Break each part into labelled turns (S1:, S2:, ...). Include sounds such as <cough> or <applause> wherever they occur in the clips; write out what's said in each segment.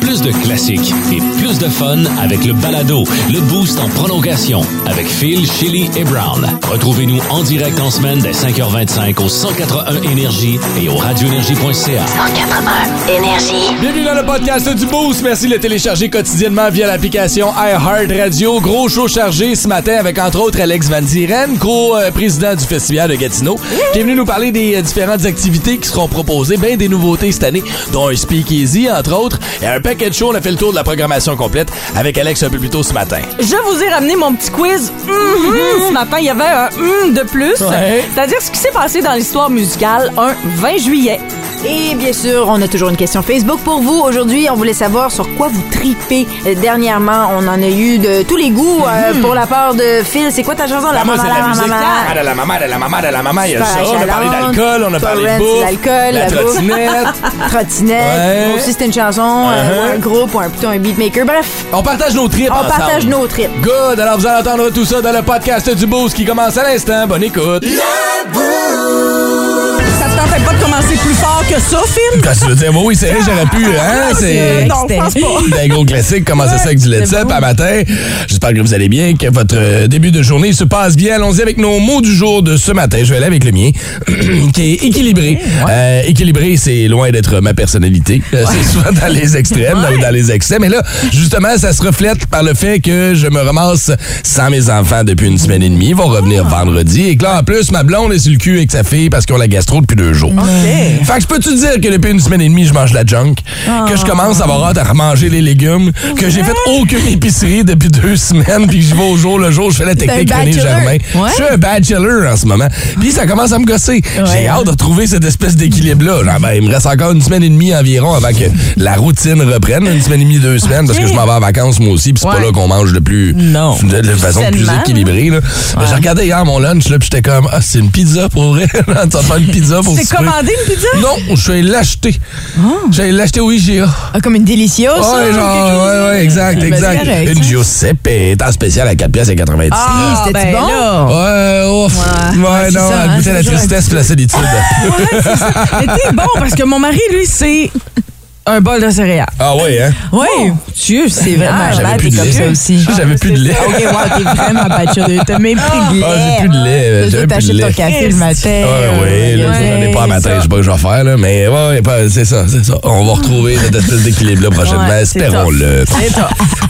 S1: Plus de classiques et plus de fun avec le balado, le boost en prolongation avec Phil, Chili et Brown. Retrouvez-nous en direct en semaine dès 5h25 au 181 Énergie et au radioénergie.ca.
S2: 181 Énergie.
S3: Bienvenue dans le podcast du Boost. Merci de le télécharger quotidiennement via l'application iHeartRadio. Gros show chargé ce matin avec entre autres Alex Van Dieren, co-président du Festival de Gatineau, qui est venu nous parler des euh, différentes activités qui seront proposées, bien des nouveautés cette année, dont un speakeasy entre autres. Et un paquet de shows, on a fait le tour de la programmation complète avec Alex un peu plus tôt ce matin.
S4: Je vous ai ramené mon petit quiz. Mhm. Ce matin, il y avait un hum de plus.
S3: Ouais.
S4: C'est-à-dire ce qui s'est passé dans l'histoire musicale un 20 juillet.
S5: Et bien sûr, on a toujours une question Facebook pour vous. Aujourd'hui, on voulait savoir sur quoi vous tripez. Euh, Dernièrement, on en a eu de tous les goûts. euh, pour la part de Phil, c'est quoi ta chanson?
S3: Mhm. Ah, moi, c'est de la
S5: maman,
S3: musique.
S5: maman.
S3: Ah, de la maman, de la maman, de la maman, il y a ça.
S5: Super
S3: On a parlé
S5: chalante.
S3: d'alcool, on a parlé de
S5: Torrent,
S3: bouffe,
S5: l'alcool,
S3: la
S5: la bouffe. <laughs>
S3: trottinette.
S5: Trottinette.
S3: Ah. Ouais.
S5: Moi aussi, c'était une chanson, euh,
S3: Uh-huh.
S5: ou un groupe, ou un, plutôt un beatmaker. Bref,
S3: On partage nos trips
S5: on
S3: ensemble.
S5: partage nos trips.
S3: Good, alors vous allez entendre tout ça dans le podcast du Boost qui commence à l'instant. Bonne écoute.
S6: Ça te tentait pas de commencer plus fort que ça,
S4: <laughs>
S6: Phil?
S3: Quand tu veux dire, moi, oui, c'est vrai, j'aurais pu, hein, c'est...
S6: Ah, Non, je pense pas.
S3: D'un gros classique, commencez ça avec du Led Zepp à matin. J'espère que vous allez bien, que votre euh, début de journée se passe bien. Allons-y avec nos mots du jour de ce matin. Je vais aller avec le mien, <clears throat> qui est équilibré. Euh, équilibré, c'est loin d'être ma personnalité. Euh, C'est souvent dans les extrêmes, dans, dans les excès. Mais là, justement, ça se reflète par le fait que je me ramasse sans mes enfants depuis une semaine et demie. Ils vont revenir vendredi. Et que là, en plus, ma blonde est sur le cul avec sa fille parce qu'on la gastro depuis deux jours. Fait que je peux-tu dire que depuis une semaine et demie, je mange de la junk, que je commence à avoir hâte à remanger les légumes, que j'ai fait aucune épicerie depuis deux <laughs> semaines, puis que j'y vais au jour le jour, je fais la technique René
S5: bachelor.
S3: Germain. Je suis un bachelor en ce moment. Puis ça commence à me gosser. J'ai hâte de trouver cette espèce d'équilibre-là. Là, ben, il me reste encore une semaine et demie environ avant que la routine reprenne. Une semaine et demie, deux semaines, parce que je m'en vais en vacances moi aussi, puis c'est pas là qu'on mange le plus.
S6: Non.
S3: De, de façon plus
S4: Sainement,
S3: équilibrée, là. Ben, J'ai regardé hier mon lunch, là, puis j'étais comme, ah, c'est une pizza pour vrai. <laughs> tu vas te faire une pizza pour
S4: C'est
S3: souper.
S4: commandé une pizza?
S3: Non, je suis allé l'acheter. Je suis allé l'acheter au IGA.
S5: Ah, comme une délicieuse.
S3: ouais, genre, ouais, ouais, exact, exact.
S5: correct,
S3: Une Giuseppe est en spécial à 4 pièces et 90.
S5: Ah, c'était
S4: ben
S5: bon.
S4: là.
S3: Ouais, ouf. Ouais,
S5: Ouais, ouais, c'est
S3: non,
S5: ça, hein,
S3: goûter
S5: c'est
S3: la
S5: toujours
S3: tristesse et la solitude.
S5: <laughs>
S6: Ouais, c'est ça. Mais t'es bon parce que mon mari, lui, c'est un bol de céréales.
S3: Ah ouais, hein?
S5: Oh.
S6: Oui. Dieu,
S5: Ah,
S6: c'est vraiment
S3: J'avais
S5: bah,
S6: malade,
S3: plus de
S6: t'es
S3: lait.
S6: comme ça
S5: <laughs>
S6: aussi.
S3: Ah, <laughs> J'avais plus de lait.
S6: Ok, wow, t'es vraiment bachelor. T'as même plus de
S3: Ah,
S6: lait.
S3: j'ai plus de lait.
S5: Deux autres,
S3: J'avais plus de
S5: t'achètes
S3: lait.
S5: ton café le matin. euh,
S3: Ouais, ouais, là, j'en ai pas à matin, je sais pas ce que je vais faire, là, mais ouais, ouais, pas- c'est ça, c'est ça. On va retrouver cette espèce d'équilibre-là prochainement,
S5: Ouais, c'est
S3: espérons-le. <laughs>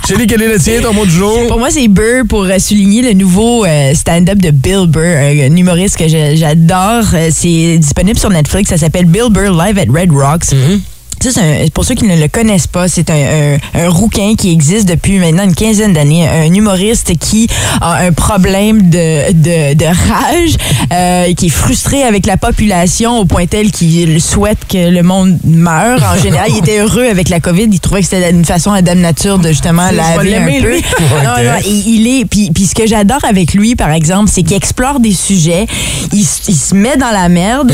S3: Chélie, quel est le tien, ton mot du jour?
S5: Pour moi, c'est Burr pour euh, souligner le nouveau euh, stand-up de Bill Burr, un, un humoriste que je- j'adore. Euh, C'est disponible sur Netflix. Ça s'appelle Bill Burr Live at Red Rocks.
S6: Mm-hmm.
S5: Ça, c'est un- pour ceux qui ne le connaissent pas, c'est un, un- un rouquin qui existe depuis maintenant une quinzaine d'années, un humoriste qui a un problème de, de, de rage, euh, qui est frustré avec la population au point tel qu'il souhaite que le monde meure. En général, il était heureux avec la COVID, il trouvait que c'était une façon à Dame Nature de justement
S6: Je vais
S5: laver un
S6: l'aimer,
S5: peu.
S6: lui.
S5: Non, non, il, il est. Puis, puis ce que j'adore avec lui, par exemple, c'est qu'il explore des sujets, il, s- il se met dans la merde,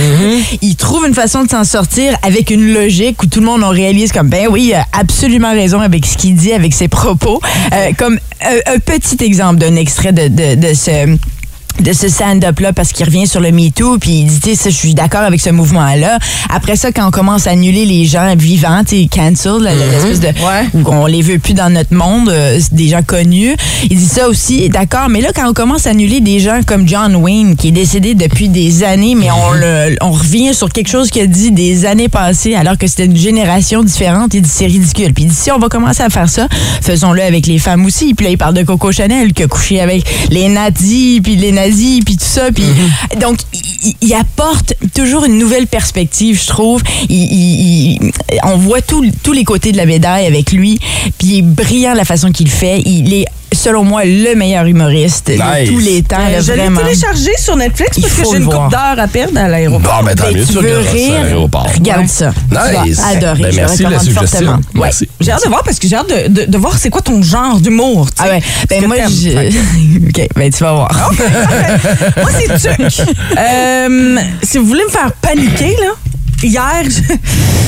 S5: il trouve une façon de s'en sortir avec une logique où tout le monde en réalise comme ben oui, il a absolument raison avec ce qu'il dit, avec ses propos. Euh, comme un, un petit exemple d'un extrait de, de, de ce de ce stand-up-là parce qu'il revient sur le MeToo, puis il dit, tu sais, ça, je suis d'accord avec ce mouvement-là. Après ça, quand on commence à annuler les gens vivants, tu sais, cancel, là, l'espèce de... Ou qu'on les veut plus dans notre monde, euh, c'est des gens connus. Il dit ça aussi, d'accord, mais là, quand on commence à annuler des gens comme John Wayne, qui est décédé depuis des années, mais on, le, on revient sur quelque chose qu'il a dit des années passées, alors que c'était une génération différente, il dit, c'est ridicule. Puis il dit, si on va commencer à faire ça, faisons-le avec les femmes aussi. Puis là, il parle de Coco Chanel, qui a couché avec les nazis, puis les nazis, puis tout ça. Puis
S3: Mhm.
S5: donc, il, il- il apporte toujours une nouvelle perspective, je trouve. Il- il- il- on voit tout- tous les côtés de la médaille avec lui. Puis il est brillant la façon qu'il fait. Il est, selon moi, le meilleur humoriste
S3: Nice.
S5: de tous les temps, là,
S6: Ah, Euh, Je l'ai
S5: vraiment.
S6: téléchargé sur Netflix
S5: Il
S6: parce que
S5: faut
S6: j'ai
S5: le
S6: une
S5: voir.
S6: coupe d'heure à perdre à l'aéroport.
S3: Bon, ben tant
S5: Ben,
S3: mieux,
S5: tu
S3: tu
S5: veux
S3: regarderas ça à
S5: rire?
S3: l'aéroport.
S5: Regarde ça. Tu
S3: Nice.
S5: vas adorer.
S3: Ben,
S5: Je te
S3: merci de la
S5: recommande
S3: suggestion.
S5: fortement. Ouais.
S3: Merci.
S6: J'ai hâte de voir parce que j'ai hâte de, de- de voir c'est quoi ton genre d'humour. tu sais.
S5: Ah ouais.
S6: Ce que
S5: Ben moi,
S6: t'aimes.
S5: je... <laughs> OK, ben tu vas voir.
S6: Moi, c'est Chuck. Euh, si vous voulez me faire paniquer, là, hier,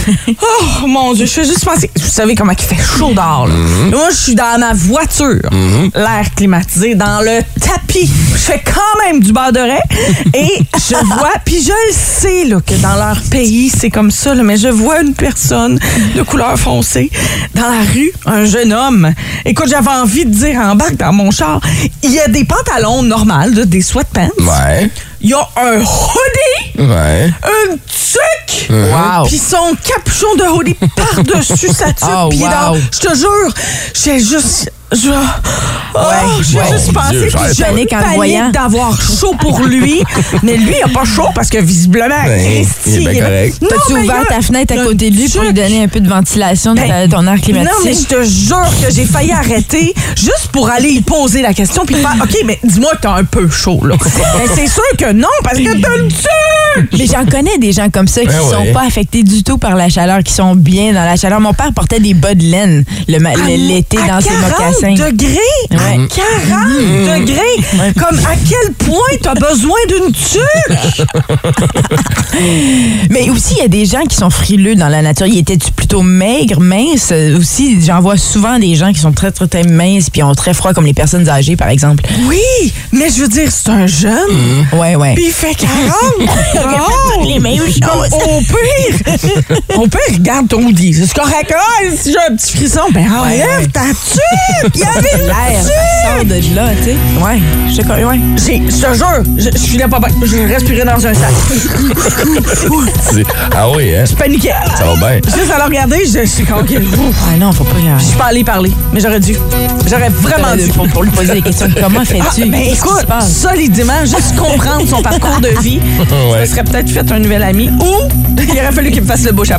S6: je- oh mon Dieu, je fais juste penser. Vous savez comment il fait chaud dehors. là. Moi, je suis dans ma voiture, l'air climatisé, dans le tapis. Je fais quand même du beurre de raie et je vois, puis je le sais là, que dans leur pays, c'est comme ça, là, mais je vois une personne de couleur foncée dans la rue, un jeune homme. Écoute, j'avais envie de dire en bac dans mon char, il y a des pantalons normaux, là, des sweatpants.
S3: Ouais.
S6: Il y a un hoodie
S5: <laughs>
S3: Ouais.
S6: un tuc!
S5: Wow.
S6: Puis son capuchon de hoodie par-dessus sa tuque.
S5: <laughs> Oh,
S6: Puis
S5: wow.
S6: dans- je te jure, j'ai juste. Je, oh, j'ai
S3: Mon
S6: juste pensé
S3: Dieu,
S6: puis
S3: j'arrête
S6: j'ai
S5: pas.
S6: eu
S5: Panique en le voyant.
S6: panique d'avoir chaud pour lui, mais lui il a pas chaud parce que visiblement
S3: Ben,
S6: Christy,
S3: il est bien
S6: il est-
S3: correct.
S6: Non,
S5: T'as-tu
S6: mais il
S5: ouvert
S6: y a
S5: ta fenêtre à
S6: le
S5: côté de lui pour lui
S6: tuc.
S5: donner un peu de ventilation de ta-
S6: Ben,
S5: ton air climatisé?
S6: Non, mais je te jure que j'ai failli arrêter juste pour aller y poser la question puis faire OK, mais dis-moi que t'as un peu chaud,
S5: <laughs>
S6: là. Mais c'est sûr que non, parce que t'as le tuc!
S5: Mais j'en connais des gens comme ça qui
S3: Ben
S5: sont
S3: ouais.
S5: pas affectés du tout par la chaleur, qui sont bien dans la chaleur. Mon père portait des bas de laine le ma-
S6: À-
S5: l'été
S6: Ah, à
S5: dans ses
S6: 40
S5: mocassins.
S6: degrés? À
S5: Ouais. Mmh.
S6: 40
S5: <laughs>
S6: degrés? Comme à quel point tu as besoin d'une tuque?
S5: Mais aussi, il y a des gens qui sont frileux dans la nature. Ils étaient plutôt maigres, minces euh, aussi. J'en vois souvent des gens qui sont très, très, très minces puis ont très froid, comme les personnes âgées, par exemple.
S6: Oui, mais je veux dire, c'est un jeune.
S5: Ouais, ouais.
S6: Puis il fait 40!
S5: <laughs>
S6: Oh!
S5: les mêmes choses.
S6: Au pire,
S5: <laughs>
S6: au pire, regarde ton hoodie. C'est correct. Ah, si j'ai un petit frisson, ben enlève ta tuque! Il y avait une
S5: L'air sort de là, tu sais. Ouais, je sais pas, ouais.
S6: J'ai- Je te jure, je, je suis là pas bien. Je respirais dans un
S5: <laughs>
S6: sac.
S3: C'est- Ah oui, hein?
S6: Je paniquais.
S3: Ça va bien. <laughs>
S6: Juste à le regarder, je, je suis tranquille.
S5: Ah non, faut pas.
S6: Je suis pas allée parler, mais j'aurais dû. J'aurais vraiment dû.
S5: Pour, pour lui poser des questions. Comment
S6: Ah,
S5: fais-tu?
S6: ben
S5: Qu'est-ce qui se
S6: écoute,
S5: passe?
S6: solidement, juste comprendre son parcours de
S3: <laughs>
S6: vie,
S3: Ouais.
S6: ça serait peut-être fait un nouvel ami. Ou il aurait fallu qu'il me fasse le bouche à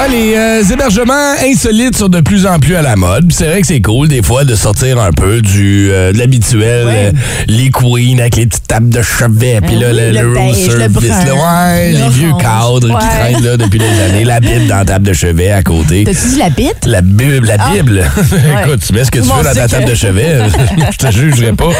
S3: Ah, les euh, hébergements insolites sont de plus en plus à la mode. Puis C'est vrai que c'est cool des fois de sortir un peu du euh, de l'habituel euh, les queens avec les petites tables de chevet, puis là
S5: Ben
S3: le,
S5: oui,
S3: le
S5: le
S3: room
S5: beige, le
S3: service,
S5: brun,
S3: là, ouais, les
S5: l'orange.
S3: vieux cadres qui
S5: Ouais.
S3: traînent là depuis des années, la Bible dans la table de chevet à côté.
S5: T'as-tu dit la bite?
S3: La Bible,
S5: Ah.
S3: la Bible. <laughs> Écoute, tu mets ce que tu
S6: Mon
S3: veux dans ta
S6: Dieu
S3: table
S6: que-
S3: de chevet.
S5: <laughs>
S3: <laughs> je te jugerai pas.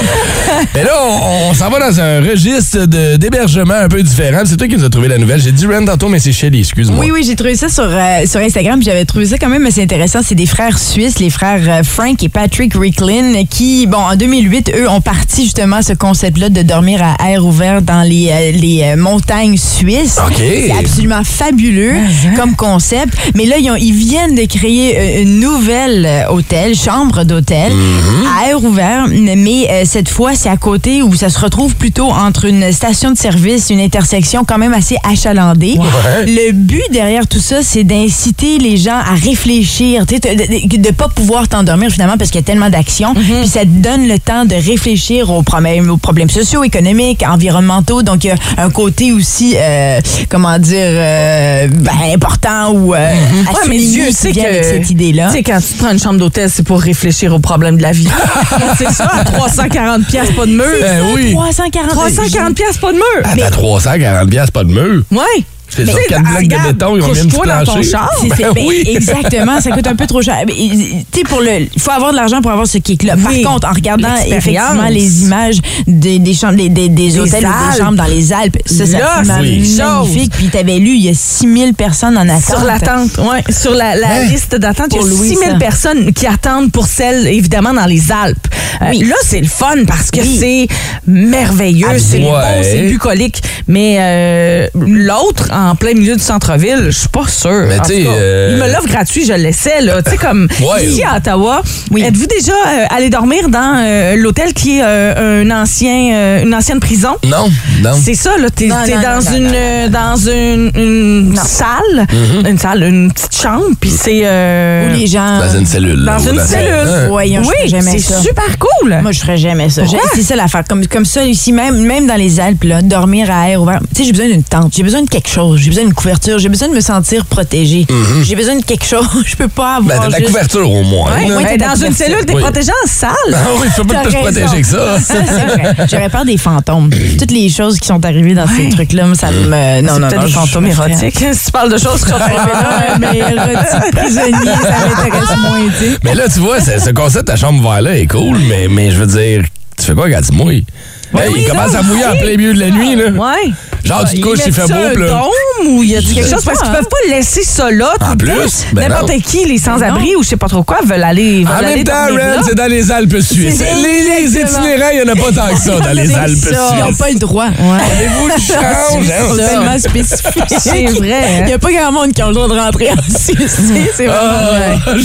S3: Mais là, on, on s'en va dans un registre de- d'hébergement un peu différent. C'est toi qui nous as trouvé la nouvelle. J'ai dit Ren tantôt, mais c'est Shelly, excuse-moi.
S5: Oui, oui, j'ai trouvé ça sur, euh, sur Instagram. puis J'avais trouvé ça quand même assez intéressant. C'est des frères suisses, les frères euh, Frank et Patrick Ricklin, qui, bon, en 2008, eux, ont parti justement ce concept-là de dormir à air ouvert dans les, euh, les euh, montagnes suisses.
S3: OK. Ah, hein?
S5: C'est absolument fabuleux comme concept. Mais là, ils, ont- ils viennent de créer euh, une nouvelle euh, hôtel, chambre d'hôtel,
S3: Mm-hmm.
S5: à air ouvert. Mais euh, cette fois, c'est à côté où ça se retrouve plutôt entre une station de service, une intersection quand même assez achalandée.
S3: Ouais.
S5: Le but derrière tout ça, c'est d'inciter les gens à réfléchir, tu sais, de ne pas pouvoir t'endormir finalement parce qu'il y a tellement d'actions.
S6: Mhm.
S5: Puis ça te donne le temps de réfléchir aux problèmes, aux problèmes sociaux, économiques, environnementaux. Donc il y a un côté aussi, euh, comment dire, euh, ben, important ou euh, à
S6: Mhm. Ouais, mais
S5: souligner
S6: Dieu
S5: qui
S6: sait
S5: vient
S6: que-
S5: avec cette idée-là.
S6: Tu sais, quand tu prends une chambre d'hôtel, c'est pour réfléchir aux problèmes de la
S3: <laughs>
S6: vie. c'est ça, à 340 pièces pas de mur.
S3: Ben oui.
S5: 340
S6: 340 pièces pas de mur.
S3: Ah, t'as 340 piastres, pas de mur.
S6: Ouais.
S3: C'est sur
S6: Mais-
S3: quatre blocs de
S6: regarde,
S3: béton, ils ont mis une
S6: couche-toi dans ton <laughs>
S3: plancher.
S6: char.
S5: C'est- c'est-
S3: Ben
S5: ben,
S3: oui.
S5: Exactement, ça coûte un peu trop cher. Mais, Tu sais, pour le, il faut avoir de l'argent pour avoir ce kick-là. Par
S6: Oui.
S5: contre, en regardant
S6: L'expérience.
S5: effectivement les images des, des chambres, des, des- des hôtels ou des
S6: Alpes.
S5: chambres dans les Alpes, ça, c'est
S6: Là,
S5: absolument
S6: c'est quelque chose.
S5: magnifique. Puis t'avais lu, il y a 6000 personnes en attente.
S6: Sur l'attente, oui. Sur la, la liste d'attente, il y a
S5: Pour Louis,
S6: 6
S5: ça.
S6: 000 personnes qui attendent pour celles, évidemment, dans les Alpes. Euh,
S5: Oui.
S6: Là, c'est le fun parce que
S5: Oui.
S6: c'est merveilleux, c'est beau,
S3: Ouais.
S6: c'est bucolique. Mais euh, l'autre, en plein milieu du centre-ville, je suis pas sûre.
S3: Mais
S6: En
S3: tu sais,
S6: tout cas,
S3: euh,
S6: Il me l'offre gratuit, je le laissais, là. Tu sais,
S5: <laughs>
S6: comme
S3: Ouais.
S6: ici à Ottawa, êtes-vous déjà euh, allé dormir dans euh, l'hôtel qui est euh, un ancien, euh, une ancienne prison?
S3: Non, non.
S6: C'est ça, là. T'es
S5: Non,
S6: t'es
S5: non,
S6: dans,
S5: non, non,
S6: une,
S5: non,
S6: euh, dans une, une salle,
S3: Mm-hmm.
S6: une salle, une petite chambre, puis c'est. euh,
S5: Où les gens.
S3: Dans une cellule. là,
S6: dans
S3: ou
S6: une
S3: la-
S6: cellule.
S3: Hein?
S5: Voyons, je fais
S6: oui,
S5: jamais
S6: c'est
S5: ça.
S6: super cool.
S5: <laughs> Moi, je ferais jamais ça.
S6: Pourquoi?
S5: J'ai- C'est ça l'affaire. Comme, comme ça, ici, même, même dans les Alpes, là, dormir à air ouvert. Tu sais, j'ai besoin d'une tente, j'ai besoin de quelque chose, j'ai besoin d'une couverture, j'ai besoin de me sentir protégée. J'ai besoin de quelque chose. <laughs> Je peux pas
S3: Mm-hmm. Ben,
S5: avoir.
S3: t'as de la
S5: Oh, juste-
S3: couverture au moins.
S5: Ouais,
S3: là.
S5: ouais,
S6: Ben, dans
S5: t'as ta
S6: une
S5: couverture.
S6: cellule, t'es
S3: Oui.
S6: protégé en salle.
S3: Ah <laughs> oui, tu peux pas
S5: T'as
S3: te protéger
S5: raison.
S3: que ça.
S5: <laughs>
S3: Mm-hmm.
S5: Ça, c'est vrai. J'aurais peur des fantômes. Toutes les choses qui sont arrivées dans ces trucs-là, moi, ça me. Non,
S6: C'est
S5: non,
S3: Ah,
S6: peut-être
S5: non,
S6: des
S5: je-
S6: fantômes
S5: je me ferais-
S6: érotiques. Si <laughs> tu parles de choses qui
S3: <laughs>
S6: sont
S5: <laughs>
S6: hein.
S5: Ouais, mais là, mais érotique, prisonnier, ça
S6: Ah.
S5: m'intéresse moins, tu sais.
S3: Mais là, tu vois, c'est- ce concept de la chambre verte là est cool, mais, mais je veux dire, tu fais quoi quand tu mouilles? Hey, il commence à mouiller en plein milieu de la nuit, là.
S6: Ouais.
S3: Genre, tu te couches, il fait beau,
S6: un
S3: puis là.
S6: dôme ou il y a du quelque
S5: sais
S6: chose parce
S5: pas,
S6: qu'ils
S5: hein.
S6: peuvent pas laisser ça là tout
S3: En
S6: le
S3: plus,
S6: temps.
S3: ben non.
S6: n'importe qui les sans-abri ou je sais pas trop quoi veulent aller veulent
S3: En
S6: aller
S3: même temps,
S6: dormir
S3: Ren,
S6: là.
S3: c'est dans les Alpes suisses.
S5: C'est
S3: Les, les
S5: exactement.
S3: itinérants, il n'y en a pas tant que ça dans les Alpes
S5: Ils n'ont
S3: suisses.
S5: pas le droit.
S3: Avez-vous
S5: Ah,
S3: le change, hein?
S5: C'est tellement spécifique. <laughs>
S6: C'est vrai, hein?
S5: Il n'y a pas grand monde qui a le droit de rentrer en Suisse. C'est vraiment vrai.
S3: Ah, <laughs>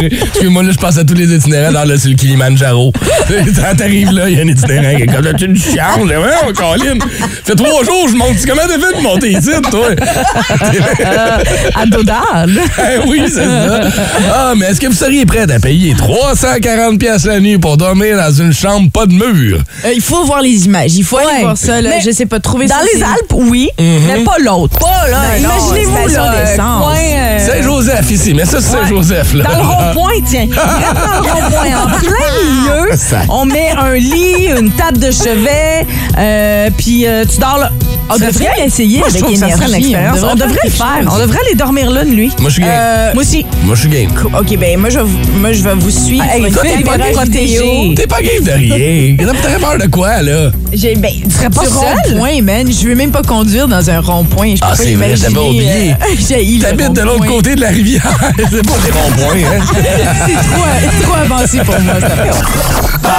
S3: je- Excuse-moi, là, je pense à tous les itinérants dans le, sur le Kilimanjaro. Quand t'arrives là, il y a un itinérant qui est comme là, tu le changes. Là, ouais, on colline. fait trois jours, je monte. Comment t'as fait de monter ici, toi?
S6: à Dodal.
S3: <laughs> Eh oui, c'est ça. Ah, mais est-ce que vous seriez prête à payer 340 pièces la nuit pour dormir dans une chambre pas de mur?
S5: Euh, il faut voir les images. Il faut aller
S6: Ouais.
S5: voir ça. Là.
S6: Mais
S5: Je sais pas, trouver ça.
S6: Dans les
S5: c'est-
S6: Alpes, oui, mais pas l'autre. Pas là.
S5: non,
S6: Imaginez-vous
S5: station
S6: là, euh,
S5: d'essence.
S6: coin, euh,
S3: Saint-Joseph ici, mais ça, c'est Saint-Joseph, là.
S6: Dans le rond-point, <laughs> tiens. Dans le rond-point, en plein <laughs> milieu,
S3: Ça-
S6: on met un lit, une table de chevet, euh, puis euh, tu dors là.
S5: On
S6: Ça
S5: devrait
S6: serait-
S5: essayer
S6: Moi, je
S5: avec
S6: trouve que ça serait une
S5: énergie.
S6: expérience. hein. On devrait le
S5: quelque
S6: faire.
S5: chose.
S6: On devrait aller dormir là, une nuit.
S3: Moi, je suis game.
S6: Euh, Moi aussi.
S3: Moi, je suis game.
S5: OK, ben moi, je vais vous- moi, je vais vous suivre.
S6: Hey,
S5: Une
S6: toi, t'es
S5: caméra
S6: pas
S5: vidéo.
S6: protégée.
S3: T'es pas game de rien. T'as très peur de quoi, là?
S5: J'ai, ben, tu serais
S6: pas seule?
S5: rond-point, man. Je veux même pas conduire dans un rond-point. Je peux
S3: Ah,
S5: pas
S3: c'est vrai,
S5: imaginer,
S3: j'avais oublié.
S5: euh, <laughs> j'haïs le
S3: T'habites de l'autre
S5: rond-point.
S3: côté de la rivière. <laughs> c'est pas des bons points, hein?
S5: <laughs> C'est trop, c'est trop avancé pour moi,
S3: <laughs>
S5: ça.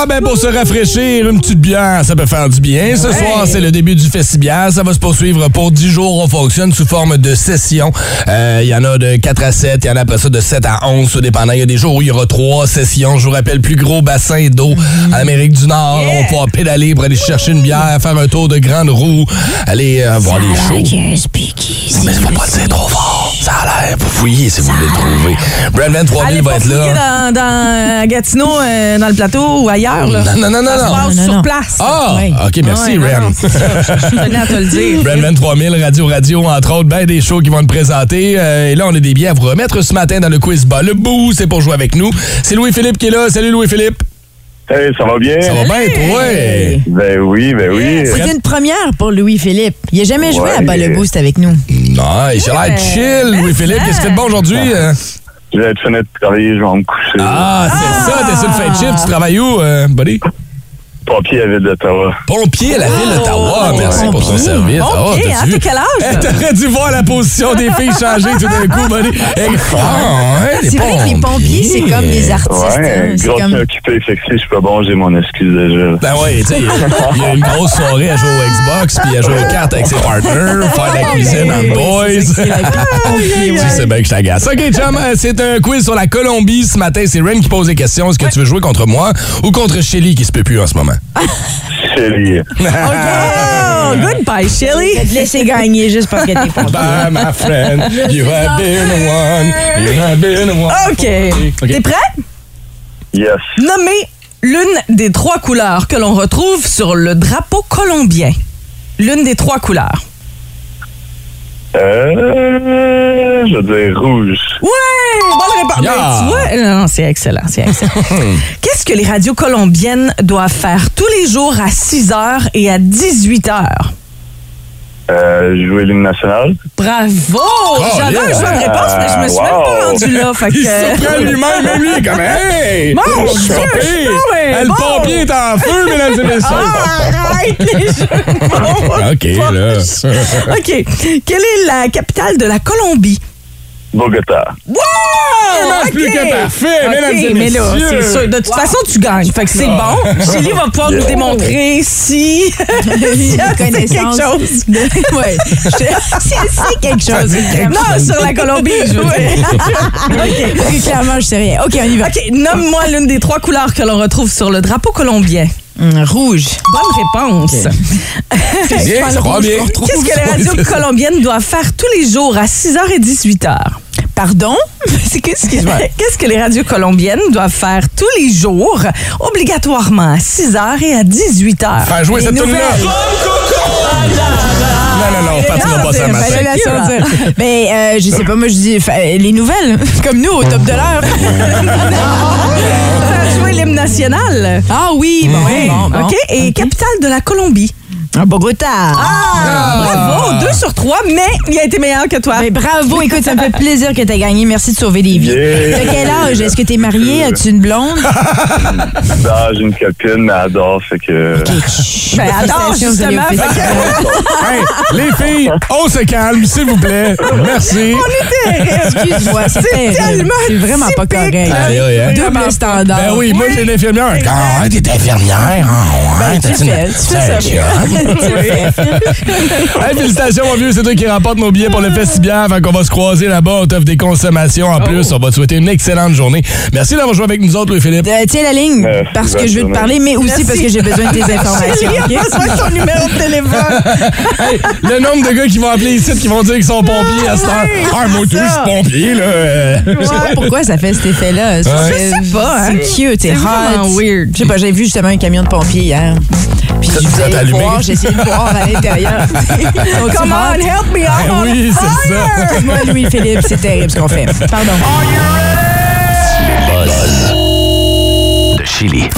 S3: Ah ben pour se rafraîchir, une petite bière, ça peut faire du bien. Ce soir, c'est le début du festival. Ça va se poursuivre pour 10 jours. On fonctionne sous forme de sessions. Euh, Il y en a de 4 à 7, il y en a après ça de 7 à 11, ça dépendant. Il y a des jours où il y aura 3 sessions. Je vous rappelle, plus gros bassin d'eau en Amérique du Nord. On va pouvoir pédaler pour aller chercher une bière, faire un tour de grande roue, aller euh, voir les shows. Ah, Mais faut pas le dire trop fort. Ça a l'air. Vous fouillez si vous voulez le trouver. Brandon 3000
S6: Allez
S3: va
S6: pas
S3: être là.
S6: fouiller dans, dans euh, Gatineau, euh, dans le plateau ou ailleurs. Là.
S3: Non, non, non, non,
S6: Ça se
S3: non.
S6: passe
S5: Non, non,
S6: sur
S5: non.
S6: place.
S3: Ah,
S5: Oui.
S3: ok,
S6: Ouais,
S3: merci,
S6: non,
S3: Ren.
S6: non, c'est ça. Je suis venue à te le
S3: <laughs>
S6: dire.
S3: Brandman 3000, Radio Radio, entre autres, ben des shows qui vont te présenter. Euh, et là, on a des billets à vous remettre ce matin dans le quiz bas. Le bout, c'est pour jouer avec nous. C'est Louis-Philippe qui est là. Salut Louis-Philippe.
S7: Hey, ça va bien?
S3: Ça va bien, toi?
S7: Ben oui, ben oui.
S5: C'est une première pour Louis-Philippe. Il a jamais joué à
S7: Ouais.
S5: Bas le Boost avec nous.
S3: Non, il a l'air chill, Louis-Philippe. Qu'est-ce que tu fais de bon aujourd'hui? hein?
S7: Je vais être fenêtre de travailler, je vais me coucher.
S3: Ah, c'est ça, t'es sur le fait shift. Tu travailles où, euh, buddy?
S7: Papier à ville d'Ottawa.
S3: Pompier à la ville d'Ottawa. Merci pour ton
S5: pompier.
S3: service.
S6: Pompier,
S3: Ah, t'as-tu
S6: hein,
S3: vu?
S6: t'as quel âge?
S3: Hey, T'aurais dû voir la position des filles changer tout d'un coup, Eh, buddy. Hey, ah, ouais, des
S5: C'est vrai que les pompiers, c'est comme des artistes.
S7: Ouais,
S5: hein. C'est
S7: grosse
S5: comme-
S7: occupé, fait que si je suis pas bon, j'ai mon excuse déjà.
S3: Ben ouais, tu sais, il y a- il y a une grosse soirée à jouer au Xbox, puis à jouer aux cartes avec ses partners, faire de la cuisine en
S5: Oui, c'est ça qui est
S3: boys.
S5: la pique pompier, ouais.
S3: Tu sais bien que je t'agace. OK, chum, euh, c'est un quiz sur la Colombie. Ce matin, c'est Ren qui pose les questions. Est-ce que tu veux jouer contre moi ou contre Shelly qui se peut plus en ce moment?
S7: Chérie.
S3: <laughs>
S6: Oh, goodbye, Shelly.
S5: <laughs> Je vais te laisser gagner juste parce que t'es <laughs> pompier.
S3: Bye, my friend. You have been the one. You have been the one.
S6: <laughs> OK. T'es prêt?
S7: Yes.
S6: Nommez l'une des trois couleurs que l'on retrouve sur le drapeau colombien. L'une des trois couleurs.
S7: Euh, je veux dire rouge.
S6: Ouais! Bonne réponse.
S3: Yeah.
S6: Ben, tu vois, non, non, c'est excellent, c'est
S3: <laughs>
S6: excellent. Qu'est-ce que les radios colombiennes doivent faire tous les jours à 6 h et à 18 h?
S7: Euh, jouer l'hymne national.
S6: Bravo! J'avais
S3: Oh, yeah.
S6: un choix de réponse, mais je me suis
S7: Wow.
S6: même pas rendu là. Fait
S3: Il se
S6: que...
S3: surprend lui-même, même lui, il est comme Hey!
S6: Mon
S3: je suis
S6: Dieu,
S3: pas
S6: je suis
S3: pire.
S6: pas, mais
S3: Ah, Le
S6: bon. Ah!
S3: pompier est en feu, mesdames et messieurs.
S6: Arrête les jeux de mots.
S3: OK, là.
S6: <laughs> OK. Quelle est la capitale de la Colombie?
S7: Bogota.
S6: Wow!
S3: marche
S6: OK.
S3: plus que parfait,
S6: OK,
S3: mesdames et
S6: mais là,
S3: messieurs.
S6: c'est sûr. De toute façon, tu gagnes. Fait que c'est bon. Chélie va pouvoir
S5: <laughs>
S6: nous démontrer si...
S5: Ah. Une
S6: <laughs> c'est
S5: connaissance
S6: quelque chose. <laughs>
S5: de- Ouais. Je- C'est c'est quelque chose.
S6: Non, sur la Colombie, je veux dire.
S5: <laughs> Très clairement, je sais rien. OK, on y va.
S6: OK, nomme-moi l'une des trois couleurs que l'on retrouve sur le drapeau colombien.
S5: Hum, rouge.
S6: Bonne réponse. <laughs>
S3: C'est bien, ça va bien.
S6: Qu'est-ce que les radios colombiennes doivent faire tous les jours à 6h et 18h?
S5: Pardon?
S6: <laughs> C'est que- Qu'est-ce que, <laughs> qu'est-ce que les radios colombiennes doivent faire tous les jours, obligatoirement à 6h et à 18h?
S3: Faire jouer
S6: Les
S3: cette tune
S6: nouvelles.
S3: là Non, non, non, on partira pas ça
S6: c'est-
S3: matin.
S6: ben,
S5: Fallait la sortir. <laughs> Ben, euh, je sais pas, moi, je dis fa- euh, les nouvelles, <laughs> comme nous, au top de l'heure.
S6: Faire jouer l'hymne national.
S5: Ah oui, bon,
S3: Oui.
S5: bon, bon.
S6: OK? Et capitale de la Colombie.
S5: Ah, Bogota.
S6: Bravo, 2 sur 3, mais il a été meilleur que toi.
S5: Ben, bravo, écoute, ça me fait plaisir que t'aies gagné. Merci de sauver des vies.
S7: Yeah. Euh. Ah.
S5: De quel âge? Est-ce que t'es marié? As-tu une blonde?
S3: Ah.
S7: Non, j'ai une copine, mais elle adore, fait que. <laughs>
S5: Ben,
S6: attends,
S5: félicitations, vous avez
S6: justement,
S5: offert-
S3: Hey, les filles, on se calme, s'il vous plaît. Merci.
S5: <laughs> Excuse-moi, c'est terrible.
S6: tellement
S5: C'est vraiment pas
S6: typique,
S5: correct.
S3: là. Aïe, aïe, aïe.
S5: Double standard.
S3: Hein? Ben oui, moi, j'ai une infirmière. Ah, ouais, t'es infirmière. Ah, ouais,
S5: ben, tu
S3: t'as-tu une-
S5: fais- tu fais
S3: t'as
S5: ça.
S3: un job?
S5: <laughs>
S3: Hey, félicitations, mon vieux. C'est toi qui remporte nos billets pour le festival. Fait qu'on va se croiser là-bas. On t'offre des consommations en plus. On va te souhaiter une excellente journée. Merci d'avoir joué avec nous
S5: <laughs>
S3: autres, Louis-Philippe.
S5: Euh, tiens la ligne,
S7: Euh,
S5: parce que
S7: bonne
S5: je veux te
S7: journée.
S5: parler, mais aussi
S6: Merci.
S5: parce que j'ai besoin de tes informations.
S6: Il
S5: ok?
S6: a besoin de ton numéro de téléphone.
S3: Hey, le nombre de gars qui vont appeler ici qui vont dire qu'ils sont pompiers à cette heure. Ah, moi, tout, je suis pompier, là. Euh,
S5: Je sais pas pourquoi ça fait cet effet-là.
S3: Ouais.
S5: Je sais pas. hein? C'est cute, c'est
S6: vraiment
S5: hot. weird. Je sais pas, j'ai vu justement un camion de pompiers hier. Puis je
S3: vous êtes
S5: voulais aller
S3: allumé?
S5: voir, j'ai essayé de voir à l'intérieur. Sont-tu
S6: Come on,
S5: hot?
S6: help me out.
S3: Ben oui, c'est ça.
S5: Moi, Louis-Philippe, c'est terrible ce qu'on fait. Pardon.
S1: de Chili.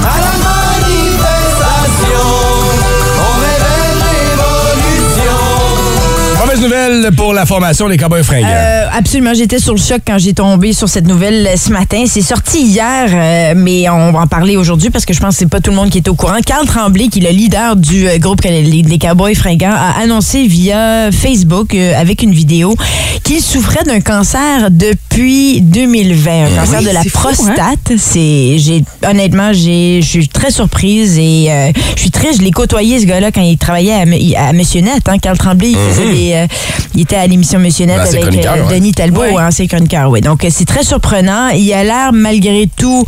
S3: Mauvaise nouvelle pour la formation des Cowboys fringants.
S5: Euh, absolument, j'étais sur le choc quand j'ai tombé sur cette nouvelle euh, ce matin. C'est sorti hier, euh, mais on va en parler aujourd'hui parce que je pense que c'est pas tout le monde qui est au courant. Carl Tremblay, qui est le leader du euh, groupe que les, les Cowboys Fringants, a annoncé via Facebook euh, avec une vidéo qu'il souffrait d'un cancer depuis 2020, un cancer
S6: oui,
S5: de la
S6: c'est fou, hein?
S5: prostate. C'est, j'ai, honnêtement, j'ai, je suis très surprise et euh, je suis triste. Je l'ai côtoyé ce gars-là quand il travaillait à, M- à Monsieur Net. Hein, Carl Tremblay, il, faisait des, euh, il était à l'émission Monsieur Net
S3: Mhm. Ben, c'est
S5: avec euh,
S3: chroniqueur, ouais.
S5: Denis Talbot,
S6: Ouais.
S5: hein, c'est chroniqueur. Ouais. Donc euh, c'est très surprenant. Il a l'air malgré tout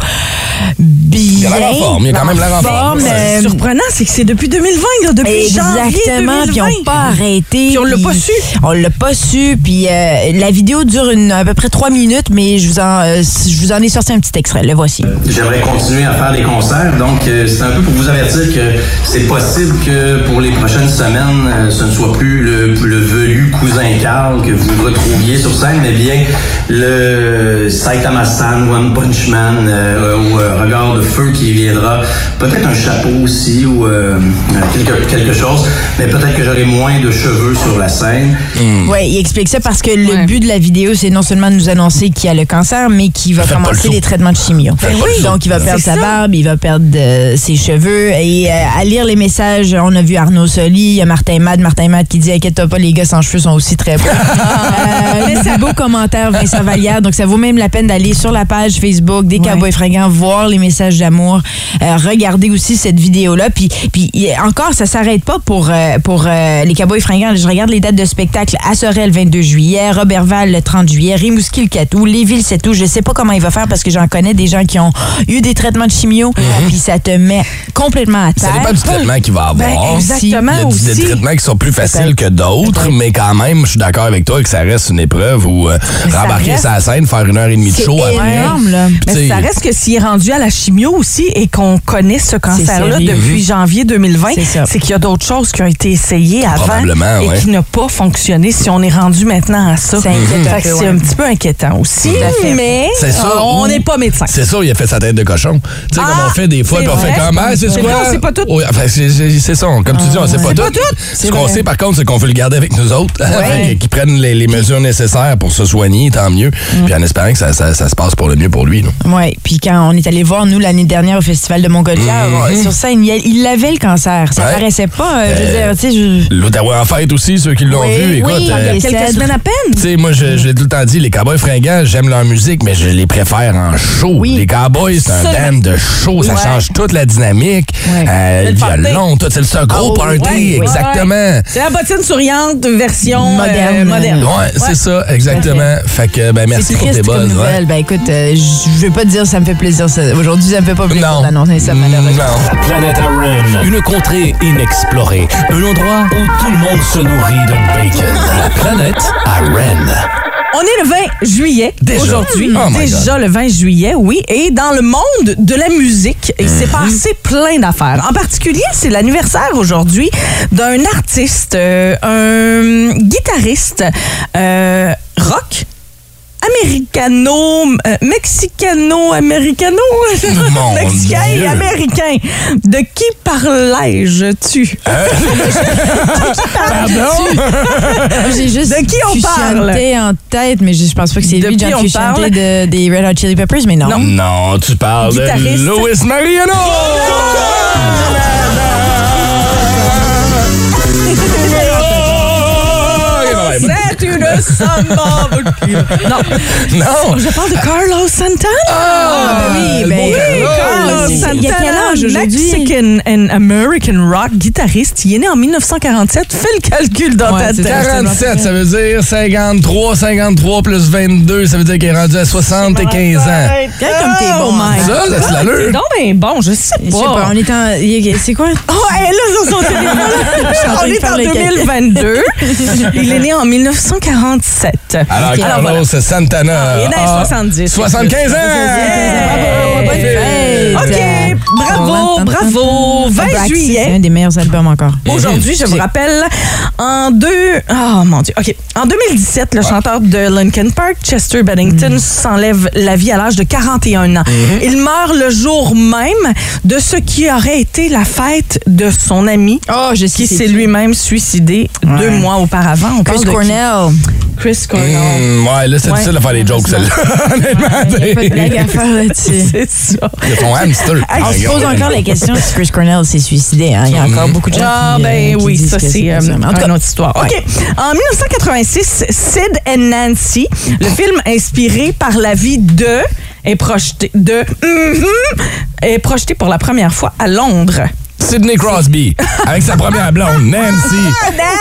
S5: bien.
S3: Il a l'air en forme, il a quand même l'air en forme.
S5: forme,
S3: Ouais.
S5: euh,
S6: surprenant, c'est que c'est depuis 2020, là, depuis
S5: Exactement,
S6: janvier 2020.
S5: puis on pas arrêté.
S6: Puis on l'a pas su.
S5: On l'a pas su, puis euh, la vidéo dure une, à peu près trois minutes, mais je vous, en, euh, je vous en ai sorti un petit extrait. Le voici.
S8: J'aimerais continuer à faire des concerts, donc euh, c'est un peu pour vous avertir que c'est possible que pour les prochaines semaines, euh, ce ne soit plus le, le velu cousin Carl que vous retrouviez sur scène, mais bien le Saitama-san, One Punch Man, euh, euh, ou euh, Regard de Feu qui viendra, peut-être un chapeau aussi ou euh, euh, quelque, quelque chose, mais peut-être que j'aurai moins de cheveux sur la scène.
S3: Hmm.
S5: Ouais, il explique ça parce que le but de la vidéo, c'est non seulement de nous annoncer qu'il a le cancer, mais qu'il va
S3: Faites pas le
S5: commencer
S3: saut.
S5: les traitements de chimio.
S3: oui.
S5: Donc, il va perdre
S6: C'est
S5: sa
S6: ça.
S5: barbe, il va perdre euh, ses cheveux. Et euh, à lire les messages, on a vu Arnaud Soli, il y a Martin Mad, Martin Mad qui dit Inquiète-toi pas, les gars sans cheveux sont aussi très beaux. Euh, mais c'est beau commentaire, Vincent Vallière. Donc, ça vaut même la peine d'aller sur la page Facebook des Cowboys Fringants, voir les messages d'amour, euh, regarder aussi cette vidéo-là. Puis, puis il- encore, ça s'arrête pas pour, euh, pour euh, les Cowboys Fringants. Je regarde les dates de spectacle à Sorel le 22 juillet, Robertval le 30 juillet, Rimouski le 4 août, Léville c'est tout. Je sais pas comment il va faire parce que j'en connais des gens qui ont eu des traitements de chimio, puis ça te met complètement à terre.
S3: Mm-hmm. Ça dépend du traitement qu'il va avoir.
S5: Ben, exactement
S3: Il y a des- des
S5: aussi.
S3: traitements qui sont plus faciles que d'autres, mais quand même, je suis d'accord avec toi que ça reste une épreuve où euh, rembarquer
S5: reste-
S3: sa scène, faire une heure et demie de hein.
S5: C'est
S3: show après.
S5: énorme, là.
S3: Puis, tu
S6: Mais
S3: sais,
S6: Ben, ça reste que s'il est rendu à la chimio aussi et qu'on connaît ce cancer-là
S5: sérieux.
S6: depuis janvier 2020,
S5: C'est ça.
S6: c'est qu'il y a d'autres choses qui ont été essayées avant
S3: Probablement,
S6: et
S3: ouais.
S6: qui n'ont pas fonctionné si on est rendu maintenant à ça.
S5: Ça inquiète un
S6: Fait que
S5: peu,
S6: c'est
S5: ouais.
S6: un petit peu inquiétant aussi,
S5: Tout à fait.
S6: mais
S3: C'est ça,
S6: on
S3: oui.
S6: n'est pas médecin.
S3: C'est ça, il a fait sa tête de cochon. Tu sais,
S6: Ah,
S3: comme on fait des fois,
S6: c'est
S3: puis on fait
S6: vrai.
S3: comme, ah, c'est
S6: Mais
S3: quoi?
S6: non, c'est pas tout. Ah,
S3: Oui, enfin, c'est- c'est c'est ça, on- comme tu dis, on sait pas tout.
S6: pas tout.
S3: Ce
S5: C'est
S3: qu'on
S5: vrai.
S3: sait, par contre, c'est qu'on veut le garder avec nous autres, <laughs> Fait que- qu'ils prennent les, les mesures nécessaires pour se soigner, tant mieux,
S6: Mm.
S3: puis en espérant que ça, ça- ça se passe pour le mieux pour lui. là.
S5: Oui, puis quand on est allé voir, nous, l'année dernière au Festival de Montgolfière,
S3: Mhm.
S5: on- sur scène, il, y a- il avait le cancer. Ça
S3: Ouais.
S5: paraissait pas. euh, je veux dire, tu sais, je-
S3: L'Ottawa en fête aussi, ceux qui l'ont vu, écoute.
S5: il y a
S3: euh,
S5: quelques
S6: Quelques
S5: semaines
S6: semaines à peine.
S3: tu sais, moi, je, je l'ai tout le temps dit, les cowboys fringants, j'aime leur musique, mais je les préfère en show. les cowboys, c'est un band de show, ça change toute la dynamique. Euh, le
S6: party.
S3: violon, tout, c'est le gros
S5: Ah oui,
S3: party,
S5: oui, oui.
S3: exactement.
S6: C'est la bottine souriante version euh,
S5: Moderne.
S6: moderne.
S3: Ouais, c'est ça, exactement. Fait que, ben, merci
S5: c'est
S3: pour tes
S5: triste comme
S3: buzz. ouais.
S5: nouvelle. Ben écoute, euh, je je vais pas te dire ça me fait plaisir ça, aujourd'hui vous avez pas oublié
S3: Non.
S5: d'annoncer ça, malheureusement.
S3: Non.
S1: Planète Aren, une contrée inexplorée, un endroit où tout le monde se nourrit de bacon. La planète Aren.
S6: On est le 20 juillet
S3: Déjà?
S6: aujourd'hui.
S3: Oh my
S6: déjà le 20 juillet, oui. Et dans le monde de la musique, il
S3: Mm-hmm.
S6: s'est passé plein d'affaires. En particulier, c'est l'anniversaire aujourd'hui d'un artiste, euh, un guitariste euh, rock. Américano, euh, mexicano, américano, <laughs>
S3: Mon
S6: mexicain et
S3: Dieu.
S6: américain. De qui parlais-je-tu?
S5: ben,
S3: Pardon?
S5: <laughs> J'ai juste
S6: De qui on
S5: Fusiante
S6: parle?
S5: en tête, mais je je pense pas que c'est
S6: De
S5: lui,
S6: qui
S5: John
S6: on
S5: Fusiante
S6: parle?
S5: de, des Red Hot Chili Peppers, mais non.
S3: Non, tu parles
S6: Guitariste.
S3: de Louis Mariano!
S6: Oh, C'est une samba volcano. Non.
S3: Non!
S6: Je parle de Carlos Santana.
S3: Ah,
S5: ben oui,
S3: le
S5: ben,
S3: bon
S5: oui,
S3: Carlos.
S5: Carlos.
S6: Carlos
S5: il y a
S6: Santana,
S5: quel âge aujourd'hui?
S6: Mexican and American rock guitariste. Il est né en 1947. Fais le calcul dans
S5: Ouais,
S6: ta
S5: c'est
S6: tête.
S3: 47, ça veut dire 53, 53 plus 22, ça veut dire qu'il est rendu à 75 ans.
S5: Regarde comme t'es bon,
S6: my
S5: Mike.
S3: Ça, ça, c'est l'allure.
S6: Non, mais bon, je sais
S5: Je sais pas,
S6: pas.
S5: on est en. il y a- C'est quoi?
S6: <laughs> Oh, elle est dans son téléphone.
S5: train
S6: on
S5: de
S6: est
S5: faire
S6: en
S5: les calculs.
S6: 2022. Il est né en 1947.
S3: Alors, euh,
S5: Ok.
S3: Carlos
S5: Alors,
S3: Santana.
S6: Ah, Il est né
S3: a
S6: en 70.
S3: 75 ans!
S6: Bravo, bonne
S5: fête.
S6: OK, bravo, bravo. 20
S5: Braxy,
S6: juillet.
S5: C'est un des meilleurs albums encore.
S6: Aujourd'hui, je vous rappelle, en deux, oh mon dieu, ok, en 2017, le chanteur de Linkin Park, Chester Bennington, s'enlève la vie à l'âge de 41 ans. Il meurt le jour même de ce qui aurait été la fête de son ami,
S5: Oh, je sais.
S6: qui s'est lui-même suicidé deux mois auparavant. On parle
S5: Chris
S6: de qui? <laughs>
S5: Cornell.
S6: Chris
S9: Eh,
S6: Cornell.
S3: Hum, ouais, là, c'est
S6: Ouais.
S3: difficile de faire des jokes, celle-là. Honnêtement,
S5: Il y a pas de
S3: t'sais.
S5: blague à faire là-dessus.
S6: C'est ça.
S3: Il a son hamster.
S5: <laughs> On se pose encore la question si Chris Cornell s'est suicidé. hein. Il y a encore beaucoup de gens
S6: Ah,
S5: qui, euh,
S6: ben
S5: qui
S6: oui,
S5: disent
S6: ça,
S5: que
S6: c'est euh,
S5: pas ça. Mais en tout cas,
S6: une autre histoire. OK. En 1986, Sid and Nancy, le film inspiré par la vie de est projeté de mhm, est projeté pour la première fois à Londres.
S3: Sidney Crosby, avec sa première blonde, Nancy.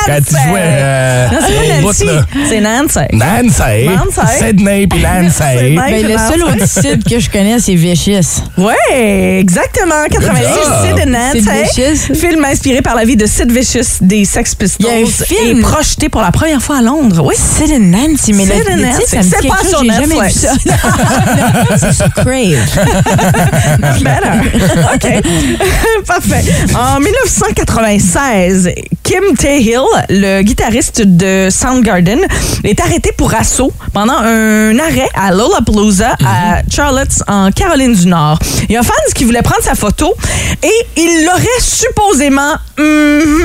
S3: Quand tu jouais. euh,
S6: Ah, Non, Ah, c'est
S3: au
S6: pas
S3: bout,
S6: Nancy,
S3: là.
S6: c'est Nancy.
S3: Nancy.
S6: Nancy.
S3: Sidney
S6: <laughs>
S3: puis Nancy.
S6: Sidney.
S5: Ben, le seul
S6: hein.
S5: homicide que je connais, c'est Vicious.
S6: Ouais, exactement. 86,
S3: job.
S6: Sid and Nancy.
S5: Sid Vicious.
S6: Film inspiré par la vie de Sid Vicious des Sex Pistols.
S5: Il y a un film.
S6: est projeté pour la première fois à Londres. Oui.
S5: C'est une Nancy, mais
S6: C'est
S5: le
S6: de
S5: le
S6: Nancy.
S5: titre, ça me dit
S6: C'est
S5: quelque
S6: pas
S5: chose,
S6: sur
S5: j'ai jamais vu
S6: Netflix.
S5: ça. <laughs> Non, C'est sur Crave.
S6: Better. Ah, ben
S5: <laughs>
S6: OK. <laughs> Parfait. En 1996, Kim Cahill, le guitariste de Soundgarden, est arrêté pour assaut pendant un arrêt à Lollapalooza à
S5: Mm-hmm.
S6: Charlotte en Caroline du Nord. Il y a un fan qui voulait prendre sa photo et il l'aurait supposément mhm,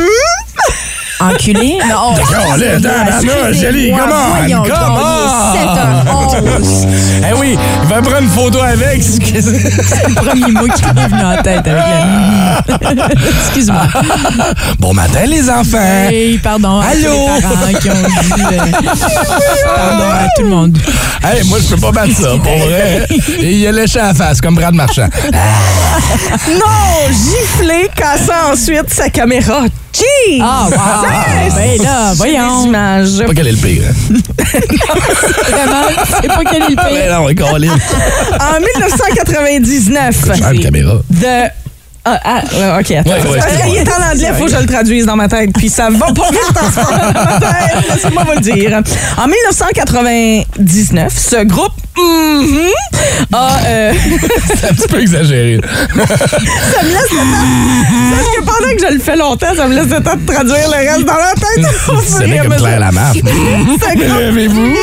S5: Enculé? Non.
S3: Oh, là, tabarnak, Julie,
S5: Excusez-moi,
S3: come
S5: voyons
S3: on,
S5: donc,
S3: come on.
S5: il est 7h11.
S3: Eh oui, il va prendre une photo avec. <laughs>
S5: C'est le premier mot qui m'est venu en tête avec la Excuse-moi.
S3: Bon matin, les enfants.
S5: Hey, pardon. à tous
S3: Ah. Allô?
S5: les parents qui ont dit, euh, pardon à tout le monde.
S3: Hey, moi, je peux pas battre ça,
S6: <laughs>
S3: pour vrai. Et il a léché à la face, comme Brad Marchand.
S6: non giflé, cassant ensuite sa caméra. Jeez!
S5: Ah, wow. Ben là, voyons.
S6: Image.
S3: Pas quel est le pire. hein?
S5: Vraiment, c'est pas quel est le
S3: Ben
S5: pire.
S3: non, Colin. <laughs>
S6: En 1999.
S9: Ah,
S3: J'ai une caméra.
S6: The. Ah, ah, ouais, ok, attends.
S3: Ouais, ouais,
S6: Parce que
S3: excuse-moi.
S6: il est en anglais, faut que je le traduise dans ma tête, puis ça va pas vite en ce moment dans ma tête, laissez-moi vous le dire. En 1999, ce groupe mhm, a. euh, <laughs>
S3: C'est un petit peu exagéré.
S6: ça me laisse le temps. Parce que pendant que je le fais longtemps, ça me laisse le temps de traduire le reste dans ma tête. au fur
S3: C'est
S6: et
S3: bien
S6: à
S3: comme
S6: mesure.
S3: Claire
S6: <laughs>
S3: Lamarre.
S6: Ce groupe,
S3: Levez-vous.
S6: mhm,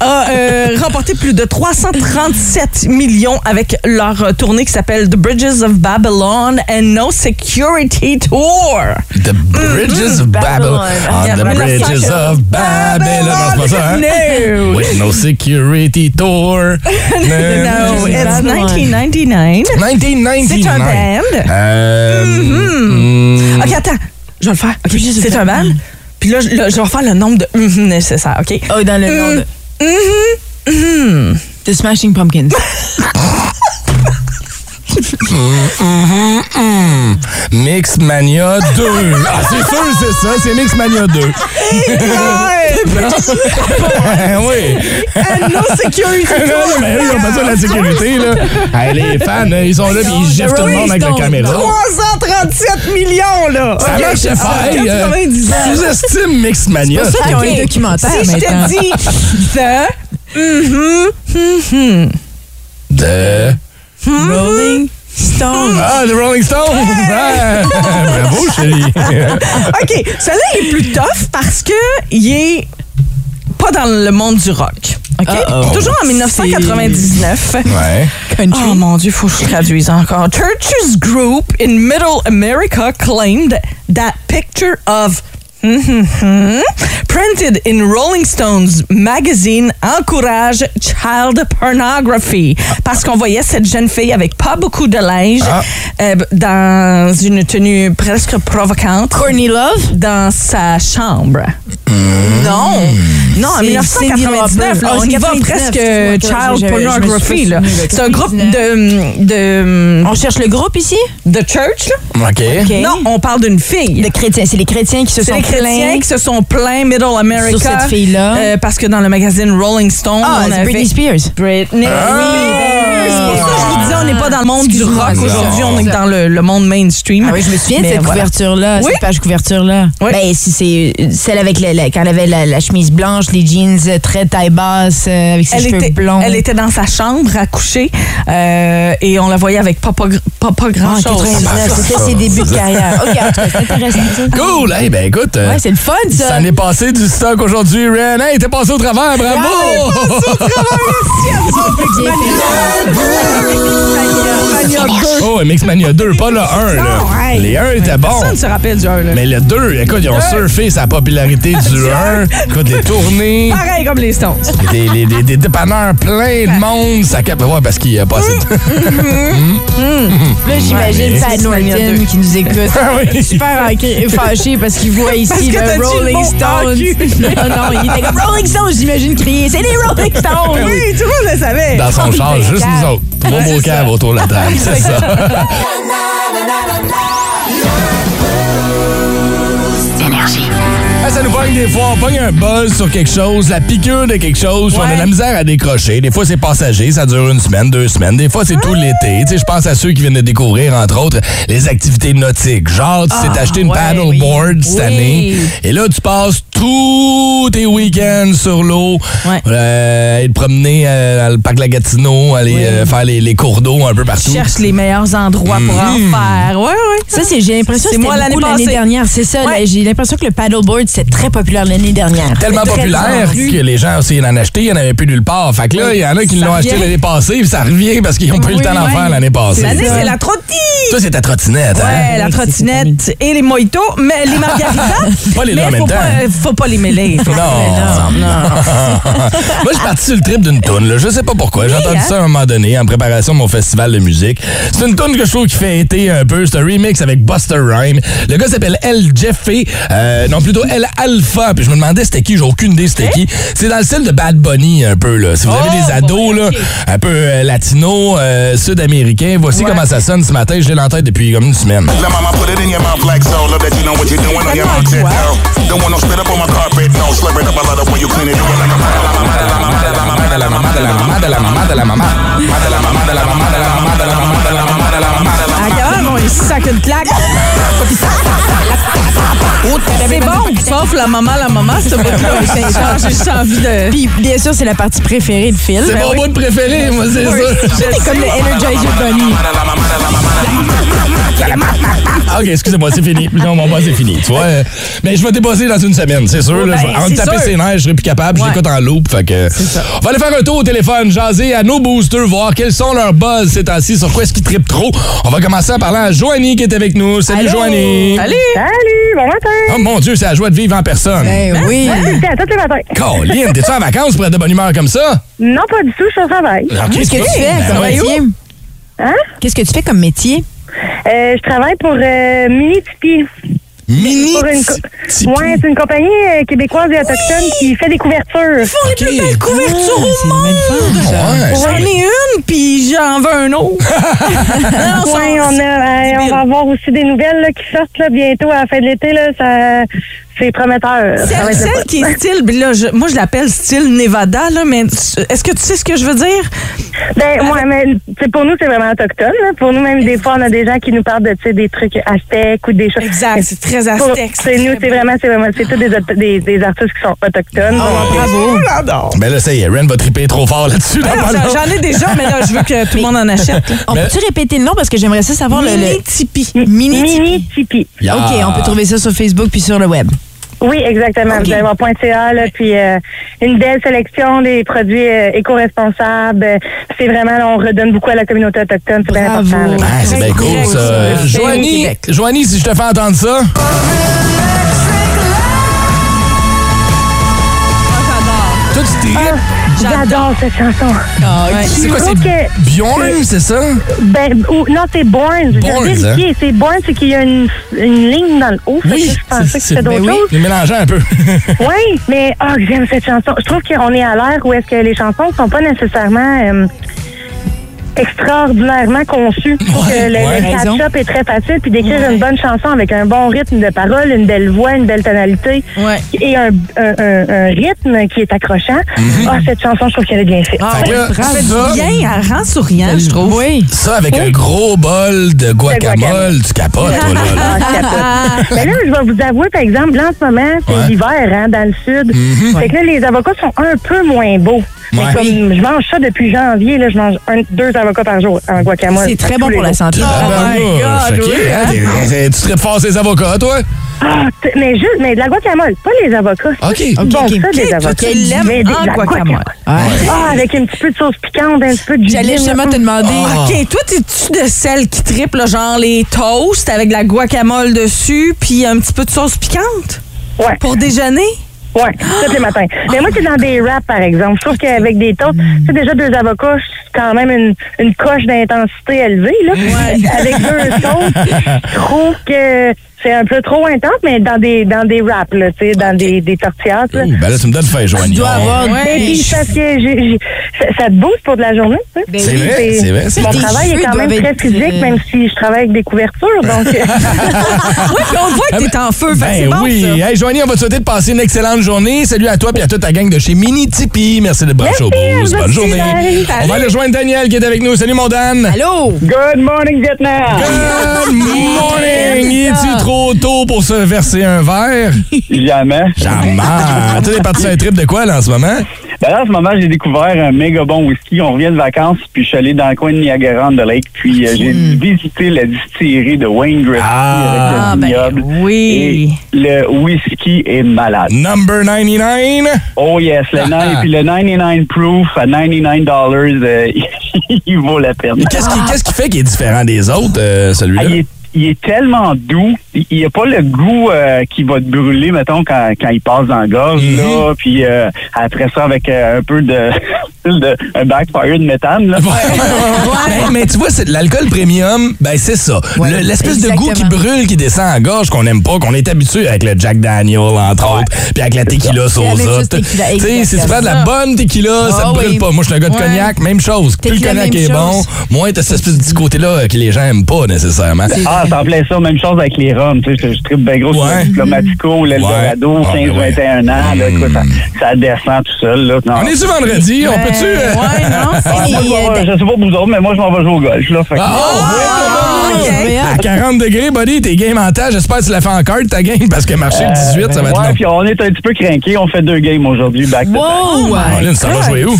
S6: a euh, remporté plus de 337 millions avec leur euh, tournée qui s'appelle The Bridges of Babylon and No Security Tour.
S3: The bridges of Babylon.
S6: Ah,
S3: On the bridges of Babylon. Non, c'est pas ça, hein?
S6: No.
S3: With no security
S6: <laughs>
S3: tour.
S6: No,
S3: No.
S6: Oh, it's 1999. C'est
S3: 1999.
S6: un Mm-hmm. band.
S3: Euh, mm,
S6: OK, attends. Je vais le faire. OK, c'est un band. Puis là, je là, je vais refaire le nombre de <laughs> mhm nécessaire, OK?
S5: Oh, dans le nom de... Euh, mm-hmm, The Smashing Pumpkins.
S3: Mixmania 2. Ah, c'est sûr, c'est ça. C'est Mixmania 2.
S6: Ah,
S3: <laughs>
S6: <laughs>
S3: oui.
S6: Ah non, sécurité.
S3: Non, non, mais eux, ils ont besoin de la sécurité, là. Hey, les fans, ils sont là, puis ils gifent tout le monde avec la caméra.
S6: 337 millions, là.
S3: Ça marche, c'est pareil. euh,
S6: 90 ans.
S3: Sous-estime Mixmania.
S5: Ah, C'est pour ça qu'ils ont
S6: Ok.
S5: un documentaire
S6: Si je
S5: maintenant.
S6: te dis The
S3: De...
S5: Rolling Stone.
S3: Ah, The Rolling Stones! Ouais. Bravo, chérie!
S6: OK, celui-là il est plus tough parce que il est pas dans le monde du rock. OK?
S3: Uh-oh.
S6: Toujours en 1999.
S3: Ouais.
S6: Oh mon dieu, faut que je traduise encore. Church's group in Middle America claimed that picture of <laughs> Mhm. printed in Rolling Stones magazine encourage child pornography parce qu'on voyait cette jeune fille avec pas beaucoup de linge
S3: Ah.
S6: euh, dans une tenue presque provocante
S5: Courtney Love?
S6: dans sa chambre. Non. Non, en
S5: C'est
S6: 1999,
S5: Cyndi
S6: là,
S5: Lauper.
S6: on y va
S5: 99,
S6: presque
S5: excuse-moi, je- je- je
S6: child
S5: me suis
S6: pornography.
S5: pas
S6: là.
S5: souvenue de
S6: C'est un groupe
S5: 99.
S6: de, de,
S5: On cherche le groupe ici?
S6: de church. là.
S3: OK.
S5: OK.
S6: Non, on parle d'une fille.
S5: De chrétiens. C'est les chrétiens qui se
S6: C'est
S5: sont
S6: les chrétiens
S5: plaints.
S6: qui se sont plaints Middle America.
S5: Sur cette fille-là.
S6: euh, parce que dans le magazine Rolling Stone,
S5: Ah,
S6: on
S5: c'est
S6: avait Ah!
S5: Britney Spears.
S6: Britney Spears. ben C'est pour ça que je vous dis, on n'est pas dans le monde du
S5: Excuse-moi,
S6: rock
S5: c'est ça.
S6: aujourd'hui, on est dans le, le monde mainstream.
S5: Ah oui, je me souviens de
S6: Mais
S5: cette
S6: voilà.
S5: couverture-là,
S6: Oui.
S5: cette page couverture-là.
S6: Oui.
S5: Ben, si c'est euh, celle avec la, la- quand elle avait la, la chemise blanche, les jeans euh, très taille basse, euh, avec ses
S6: elle
S5: cheveux
S6: était,
S5: blonds.
S6: elle était dans sa chambre à coucher euh, et on la voyait avec pas, pas, gr- pas, pas
S5: Ah,
S6: grand
S5: en
S6: chose.
S5: 99, c'était ses
S6: <laughs>
S5: débuts de carrière. OK, en tout cas, c'est intéressant. ça.
S3: Cool! Hey, ben écoute, euh,
S5: Ouais, c'est le fun, ça.
S3: ça en est passé du stock aujourd'hui, Ren. Hey, t'es passé au travers, bravo! Oh, et Mixmania 2, pas le 1, là.
S6: hey.
S3: Les 1 étaient bons.
S6: Personne ne se rappelle du 1. Là.
S3: Oh. Mais le 2, écoute, ils ont surfé sa popularité du 1. Écoute, les tournées,
S6: Pareil comme les
S3: <laughs>
S6: Stones.
S3: des, les- des- des dépanneurs plein de monde. Ça capte, ouais, parce qu'il a passé.
S5: Là, j'imagine
S3: mais-
S5: Pat Norton qui nous écoute.
S3: <laughs> Ah <laughs> oui.
S5: Super inqui- fâché parce qu'il voit ici
S6: que t'as dit
S5: le
S6: le
S5: Rolling
S6: mot
S5: Stones. Non, non, il était comme Rolling Stones, j'imagine crier. C'est les Rolling Stones!
S6: Oui, tout le monde le savait.
S3: Dans son char, juste nous autres. Trois beaux caves autour de la table, <laughs> c'est ça.
S2: énergie.
S3: Ah, ça nous pogne des fois, on pogne un buzz sur quelque chose, la piqûre de quelque chose, puis on a de la misère à décrocher. Des fois, c'est passager, ça dure une semaine, deux semaines. Des fois, c'est tout l'été. Tu sais, je pense à ceux qui viennent de découvrir, entre autres, les activités nautiques. Genre, tu t'es acheté une
S5: ouais,
S3: paddleboard
S5: oui.
S3: cette
S5: Oui.
S3: année, et là, tu passes tous tes week-ends sur l'eau,
S6: Ouais.
S3: euh, et te promener euh, dans le parc La Gatineau, aller euh, faire les, les cours d'eau un peu partout.
S6: Cherche les meilleurs endroits pour en faire. Ouais, ouais.
S3: Ah.
S5: Ça, c'est, j'ai l'impression
S6: C'est
S5: que c'était
S6: moi l'année
S5: beaucoup l'année
S6: passée.
S5: dernière. C'est ça,
S6: Ouais.
S5: là, j'ai l'impression que le paddleboard, c'était très populaire l'année dernière.
S3: tellement
S5: Très
S3: populaire
S5: tendu.
S3: que les gens aussi ils en ont acheté, il n'y en avait plus nulle part. Fait que là, il y en a qui
S5: ça
S3: l'ont acheté
S5: revient.
S3: l'année passée, puis ça revient parce qu'ils n'ont pas eu le temps d'en
S5: oui.
S3: faire l'année passée.
S6: L'année,
S3: Ça,
S6: c'est la trottinette.
S3: Toi, c'est ta trottinette, hein?
S6: Ouais, la
S5: c'est
S6: trottinette et les mojitos, mais les margaritas.
S3: <laughs> Pas les deux en
S6: mais
S3: même
S6: faut
S3: temps.
S6: pas, euh, faut pas les
S3: <laughs>
S6: mêler.
S3: Non,
S5: <laughs>
S3: Moi, je suis parti sur le trip d'une toune. là. Je sais pas pourquoi. J'ai entendu
S5: hein?
S3: ça à un moment donné en préparation de mon festival de musique. C'est une toune que je trouve qui fait été un peu. C'est un remix avec Buster Rhyme. Le gars s'appelle El Jeffé. Euh, non, plutôt El Alpha. Puis je me demandais c'était qui. J'ai aucune idée c'était qui. C'est dans le style de Bad Bunny un peu. là. Si vous avez
S5: Oh,
S3: des ados, là, un peu euh, latino, euh, sud-américain, voici comment ça sonne ce matin. Je l'ai en tête depuis comme une semaine.
S10: La mama put it in your mouth like so. Love that you know what you're doing on your mouth shit now. Don't want no spit up on my carpet. No, slurp it up a lot of when you clean it. Do it like a mama, mama, mama, mama, mama, mama, mama, mama, mama, mama, mama, mama, mama, mama,
S6: À quelle heure Ah, on sac une claque?
S3: Oh,
S6: C'est bon, sauf la maman, la maman, ce
S3: <laughs>
S6: bout-là. J'ai changé, J'ai envie de.
S5: Puis, bien sûr, c'est la partie préférée de Phil.
S3: C'est
S5: Ben
S3: mon
S5: oui.
S3: bout préféré, moi, c'est ça.
S5: C'est comme le Energizer Bunny.
S3: Ah, OK, excusez-moi, c'est fini. Non, mon boss, c'est fini. Tu vois, euh, mais je vais dépasser dans une semaine, c'est sûr. là, je vais-
S6: ben,
S3: avant de
S6: c'est
S3: taper
S6: sûr.
S3: ses nerfs, je serai plus capable. Je l'écoute en loop. Fait que, on va aller faire un tour au téléphone, jaser à nos boosters, voir quels sont leurs buzz ces temps-ci, sur quoi est-ce qu'ils trippent trop. On va commencer en parlant à Joanie qui est avec nous. Salut, Joanie.
S6: Allez!
S11: Salut, bon matin.
S3: Oh mon Dieu, c'est la joie de vivre en personne.
S5: Ben oui.
S11: Tiens, tous les matins.
S3: Colline, t'es-tu en vacances pour être de bonne humeur comme ça?
S11: Non, pas du tout, je suis au travail.
S5: Qu'est-ce que tu
S3: Ben,
S5: fais
S11: Ben
S5: comme métier?
S11: Hein?
S5: Qu'est-ce que tu fais comme métier?
S11: Euh, je travaille pour euh, Mini Tipeee.
S3: Mini.
S11: Pour une co-
S3: Tipeee.
S11: ouais, c'est une compagnie euh, québécoise et autochtone qui fait des couvertures.
S6: Pour les plus
S3: Ok.
S6: belles couvertures au monde!
S3: Ouais,
S6: J'en
S3: ça-
S6: ai une, puis j'en veux un autre. non, non,
S11: Ouais,
S6: ça-
S11: on, a, euh, on
S6: bien.
S11: va avoir aussi des nouvelles là, qui sortent là, bientôt à la fin de l'été. Là, ça, C'est prometteur. Ça va
S6: Celle,
S11: être le
S6: celle
S11: fun.
S6: qui est style, ben là, je- moi je l'appelle style Nevada, là, mais est-ce que tu sais ce que je veux dire?
S11: Ben, moi, mais, tu sais, pour nous, c'est vraiment autochtone. là. Pour nous, même des fois, on a des gens qui nous parlent de tu sais, des trucs aztèques ou des choses.
S6: Exact, c'est très
S11: Pour-
S6: aztèque,
S11: C'est
S6: c'est
S11: nous, c'est vraiment, c'est vraiment, c'est tous des, auto- des, des artistes qui sont autochtones.
S6: Ah,
S11: Donc,
S6: Bravo!
S3: Ben là, ça y est, Ren va triper trop fort là-dessus. dans pas
S6: J'en
S3: long.
S6: j'en ai déjà, mais là, je veux que tout le monde en achète. là.
S5: On peut-tu répéter le nom parce que j'aimerais ça savoir le- le.
S6: Mini Tipeee.
S5: Mini.
S11: Mini Tipeee.
S3: Yeah.
S5: OK, on peut trouver ça sur Facebook puis sur le web.
S11: Oui, exactement. Vous allez voir .ca, là, puis euh, une belle sélection des produits euh, éco-responsables. Euh, C'est vraiment, là, on redonne beaucoup à la communauté autochtone. C'est bien
S5: Bravo.
S11: important. Ben, là.
S3: Ah, c'est bien cool, ça. Joanie, Joanie, si je te fais entendre ça. Toi, tu tripes.
S11: J'adore cette chanson.
S3: C'est quoi, c'est
S11: Ok.
S3: Bjorn, c'est ça?
S11: Ben, ou, non, c'est Born. Je
S3: Borns,
S11: veux dire,
S3: hein?
S11: qui est- C'est Born, c'est qu'il y a une, une ligne dans le haut. fait que
S3: Oui,
S11: je pensais que c'était d'autres
S3: ben oui.
S11: choses.
S3: J'ai mélangé un peu.
S11: Oui, mais oh, j'aime cette chanson. Je trouve qu'on est à l'ère où est-ce que les chansons sont pas nécessairement euh, extraordinairement conçues. Je trouve
S3: Ouais,
S11: que le,
S3: ouais.
S5: Raison.
S11: catch-up est très facile, puis d'écrire une bonne chanson avec un bon rythme de parole, une belle voix, une belle tonalité
S6: Ouais.
S11: et un, un- un- un rythme qui est accrochant. Ah,
S3: Mm-hmm.
S11: cette chanson, je trouve qu'elle est bien faite.
S6: Ah,
S3: Fait que là, ça,
S6: Bien, elle rend souriant, je trouve. Oui.
S3: <laughs> ça, avec un gros bol de guacamole,
S11: guacamole.
S3: tu capotes, toi, là.
S5: <laughs>
S3: là.
S11: Ah, je capote. Mais là, je vais vous avouer, par exemple, là, en ce moment, c'est
S3: Ouais. Mhm.
S11: l'hiver, hein, dans le sud. Fait que là, les avocats sont un peu moins beaux. Mais
S3: Ouais.
S11: comme je mange ça depuis janvier, là, je mange un- deux avocats par jour en guacamole.
S5: C'est très
S11: Tous
S5: bon
S11: les
S5: pour la
S11: jours.
S5: santé.
S6: Oh
S3: Ah, ben, là,
S5: God,
S3: choqué,
S5: oui,
S3: hein? T'es- t'es- Tu traites fort ces avocats, toi?
S11: Ah, t- mais juste, mais de la guacamole, pas les avocats.
S3: OK.
S5: OK,
S11: Bon,
S5: OK.
S11: ça,
S5: Toi,
S11: des
S5: tu
S11: avocats.
S5: l'aimes
S11: Mais des-
S5: en
S11: de la
S5: guacamole.
S11: Ah, avec un petit peu de sauce piquante, un petit peu de jus.
S5: J'allais justement te demander.
S3: Ah,
S6: OK, toi, t'es-tu de celles qui trippent, là, genre les toasts avec de la guacamole dessus, puis un petit peu de sauce piquante
S11: Ouais.
S6: pour déjeuner?
S11: Ouais, tous les matins. Mais moi, c'est dans des wraps, par exemple. Je trouve qu'avec des toasts,
S5: Mm.
S11: tu sais, déjà deux avocats, c'est quand même une, une coche d'intensité élevée, là. <laughs> Avec deux toasts, je trouve que c'est un peu trop intense, mais dans des, dans des wraps, là, tu sais, dans des, des tortillas, là.
S3: Ouh, Ben là, tu me donnes faim, Joanie.
S5: dois avoir
S11: Mais
S5: des
S11: puis, parce que j'ai- j'ai- ça, ça te booste pour de la journée, tu sais.
S3: C'est Ben oui. vrai, c'est vrai, c'est
S11: Mon
S5: vrai.
S11: travail
S5: Ben, Tes
S11: est quand
S5: cheveux
S11: même
S5: doivent
S11: très
S5: être,
S11: physique,
S5: euh,
S11: même si je travaille avec des couvertures,
S5: <laughs>
S11: donc... euh,
S6: <laughs> Oui, puis on voit que t'es en feu, fait que c'est
S3: Ben
S6: bon,
S3: oui.
S6: ça.
S3: Hey, Joanie, on va te souhaiter de passer une excellente journée. Salut à toi et à toute ta gang de chez Mini Tipeee. Merci de brancher au boost. Bonne
S11: merci,
S3: journée.
S11: bye.
S3: On va aller rejoindre Daniel qui est avec nous. Salut, mon Dan.
S5: Allô?
S11: Good morning, Vietnam!
S3: Good morning. Es-tu trop tôt pour se verser un verre?
S7: Jamais.
S3: Jamais. tu es parti sur un trip de quoi, là, en ce moment?
S7: Ben là, en ce moment, j'ai découvert un méga bon whisky. On revient de vacances, puis je suis allé dans le coin de Niagara on the Lake, puis euh, j'ai visité la distillerie de Wayne Gretzky
S3: Ah,
S7: avec le vignoble.
S6: oui.
S7: Et le whisky est malade.
S3: Number 99.
S7: Oh yes, le, nine- puis le 99 proof à 99 euh, <laughs> il vaut la peine.
S3: Qu'est-ce qui, qu'est-ce qui fait qu'il est différent des autres, euh,
S7: Ah, il,
S3: celui-là?
S7: est, il est tellement doux, il n'y a pas le goût euh, qui va te brûler, mettons, quand, quand il passe dans la gorge, là, puis euh, après ça, avec euh, un peu de, <laughs> de- un backfire de méthane, là.
S3: Ben, mais tu vois, c'est de l'alcool premium, ben c'est ça. Le- L'espèce de goût qui brûle, qui descend en gorge, qu'on n'aime pas, qu'on est habitué avec le Jack Daniel, entre autres, puis avec la tequila
S5: la même
S3: sosa.
S5: chose,
S3: Tu
S5: tequila,
S3: sais, si tu
S5: exactement.
S3: prends de la bonne tequila, ça
S5: Ah
S3: te brûle
S5: oui.
S3: pas. Moi, je suis un gars de
S5: Ouais.
S3: cognac, même chose. Plus le
S5: Tequila,
S3: cognac
S5: même
S3: est bon,
S5: chose.
S3: moins t'as cette espèce de petit côté-là euh, que les gens aiment pas nécessairement.
S7: Ah, ça en plaît ça. Même chose avec les rums. Tu sais, je, je tripe bien gros
S3: Ouais.
S7: sur le Diplomatico, l'Eldorado,
S3: Ouais. Ah, ben ouais.
S7: 15-21 ans. Là, écoute, ça, ça descend tout seul. Là. Non.
S3: On est-tu vendredi? On peut-tu... euh,
S5: Ouais, non?
S3: <laughs>
S7: Ah, moi, je m'en vais- je sais pas pour vous autres, mais moi, je m'en vais jouer au golf. Là, fait que-
S3: Ah, oh, ouais,
S5: ok.
S3: ouais, ouais. À 40 degrés, buddy, t'es game en temps. J'espère que tu l'as fait en carte, ta game, parce que marcher le 18, ça va être
S7: Euh, ben Ouais,
S3: long.
S7: puis on est un petit peu craqués. On fait deux games aujourd'hui, back to back.
S6: Oh
S5: Wow!
S3: Ah, là, ça va jouer où?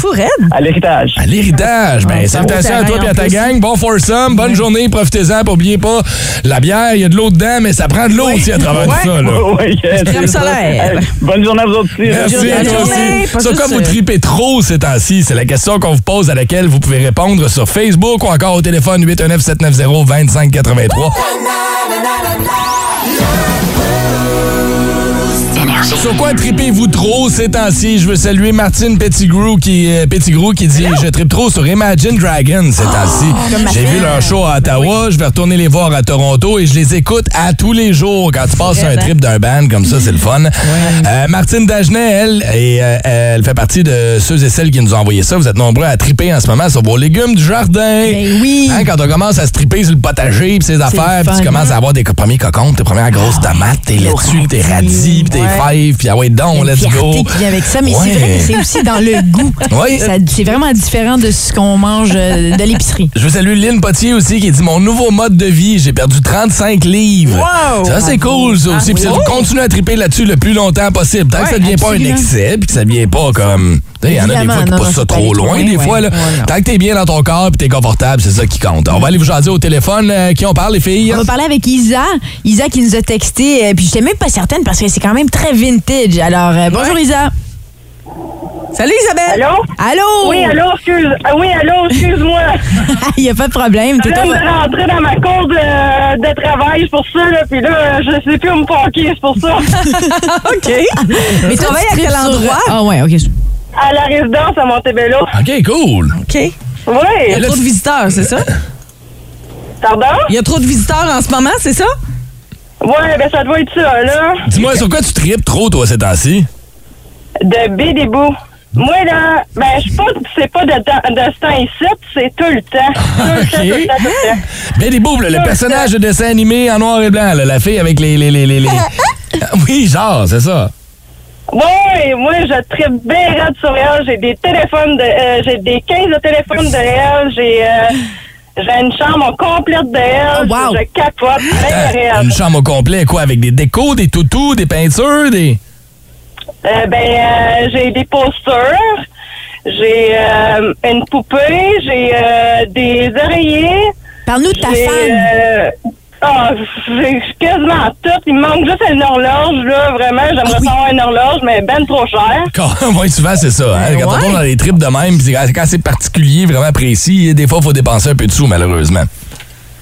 S7: À l'héritage.
S3: À l'héritage. Ben, salutations à toi et à ta gang. Bon foursome. Bonne journée. Profitez-en. Pas oubliez pas la bière. Il y a de l'eau dedans, mais ça prend de l'eau aussi à travers tout ça. Là.
S7: Ouais, yes.
S6: solaire.
S7: Hey, Bonne journée à vous autres aussi. hein.
S3: Merci, à
S6: Bonne
S3: toi
S6: journée.
S3: aussi.
S6: Pas
S3: Ça,
S6: juste,
S3: comme vous
S6: euh,
S3: tripez trop ces temps-ci, c'est la question qu'on vous pose à laquelle vous pouvez répondre sur Facebook ou encore au téléphone 819-790-2583.
S2: Énergie.
S3: Sur quoi tripez-vous trop ces temps-ci? Je veux saluer Martine Pettigrew qui, euh, Pettigrew qui dit Je tripe trop sur Imagine Dragons ces
S5: Ah,
S3: temps-ci. J'ai vu leur show à
S5: Ben
S3: Ottawa, je vais retourner les voir à Toronto et je les écoute à tous les jours. Quand tu passes un trip d'un band comme ça, c'est le fun. Euh, Martine Dagenet, elle, et, euh, elle fait partie de ceux et celles qui nous ont envoyé ça. Vous êtes nombreux à triper en ce moment sur vos légumes du jardin.
S5: Ben oui.
S3: Hein, quand on commence à se triper sur le potager puis ses affaires, puis tu
S5: fun. hein?
S3: commences à avoir des co- premiers cocons, tes premières grosses tomates, tes laitues, tes radis, puis tes fèves, puis ah ouais, donc,
S5: La
S3: let's go.
S5: fierté qui vient avec ça, mais
S3: Ouais.
S5: c'est vrai que c'est aussi dans le goût.
S3: Oui.
S5: Ça- C'est vraiment différent de ce qu'on mange euh, de l'épicerie.
S3: Je veux saluer Lynn Potier aussi qui dit mon nouveau mode de vie, j'ai perdu 35 livres.
S6: Wow!
S3: ça c'est cool ça aussi. Puis ça, tu continues à triper là-dessus le plus longtemps possible. Tant que ça devient pas un
S5: absolument.
S3: excès, puis que ça devient pas comme. Il y en a des
S5: Évidemment,
S3: fois qui
S5: non,
S3: poussent
S5: non,
S3: ça
S5: faut pas
S3: trop
S5: aller trop
S3: loin,
S5: loin,
S3: des
S5: ouais.
S3: fois. Là.
S5: Ouais, non.
S3: Tant que t'es bien dans ton corps puis t'es confortable, c'est ça qui compte. On va aller vous jaser au téléphone. Euh, qui on parle, les filles?
S5: On va parler avec Isa. Isa qui nous a texté, euh, puis j'étais même pas certaine parce que c'est quand même très vintage. Alors, euh, bonjour Isa.
S6: Salut Isabelle!
S11: Allô?
S5: Allô?
S11: Oui, allô, excuse. ah Oui, allô, excuse-moi.
S5: <laughs> Il n'y a pas de problème.
S11: Je
S5: T'es
S11: viens
S5: comme-
S11: de rentrer dans ma cour de, de travail, c'est pour ça, là, puis là, je sais plus où me parquer, c'est pour
S5: <laughs>
S11: ça. <laughs>
S6: OK.
S5: Mais
S6: tu
S5: toi,
S6: travailles à
S5: tripes
S6: quel
S5: sur-
S6: endroit?
S3: euh,
S5: Ah ouais, OK.
S11: À la résidence à Montebello.
S3: OK, cool.
S6: OK. Il
S11: Oui,
S6: y a trop de visiteurs, c'est ça?
S11: pardon?
S6: Il y a trop de visiteurs en ce moment, c'est ça?
S11: Ouais, ben ça doit être ça, là.
S3: Dis-moi, sur quoi tu tripes trop, toi, ces temps-ci?
S11: De B des bouts. Moi, là, ben, je sais pas, c'est pas de, temps- de ce temps ici, c'est tout le
S5: <laughs>
S11: temps. Tout le temps, tout le temps, tout le temps.
S3: Betty Boop, là, le personnage de dessin animé en noir et blanc, là, la fille avec les. les,
S5: <laughs>
S3: les, les, les- Ah, Oui, genre, c'est ça.
S11: Ouais, moi, je tripe bien raide sur elle. J'ai des téléphones de, euh, j'ai des 15 de téléphones de elle. J'ai, euh, j'ai une chambre en complète de elle.
S5: Oh, wow.
S11: Je capote bien
S3: Euh, une
S11: raide.
S3: chambre au complet, quoi, avec des décos, des toutous, des peintures, des. <laughs>
S11: Euh, ben, euh, j'ai des posters. J'ai, euh, une poupée. J'ai, euh, des oreillers.
S5: Parle-nous de ta
S11: J'ai,
S5: femme.
S11: euh, Ah, j'ai j'ai quasiment tout. Il me manque juste une horloge, là, vraiment. J'aimerais
S5: Ah oui.
S11: savoir une horloge, mais ben trop cher.
S3: Quand, ouais, souvent, c'est ça. hein, quand on
S6: ouais.
S3: tourne dans les tripes de même, pis c'est- quand c'est particulier, vraiment précis, des fois, il faut dépenser un peu de sous, malheureusement.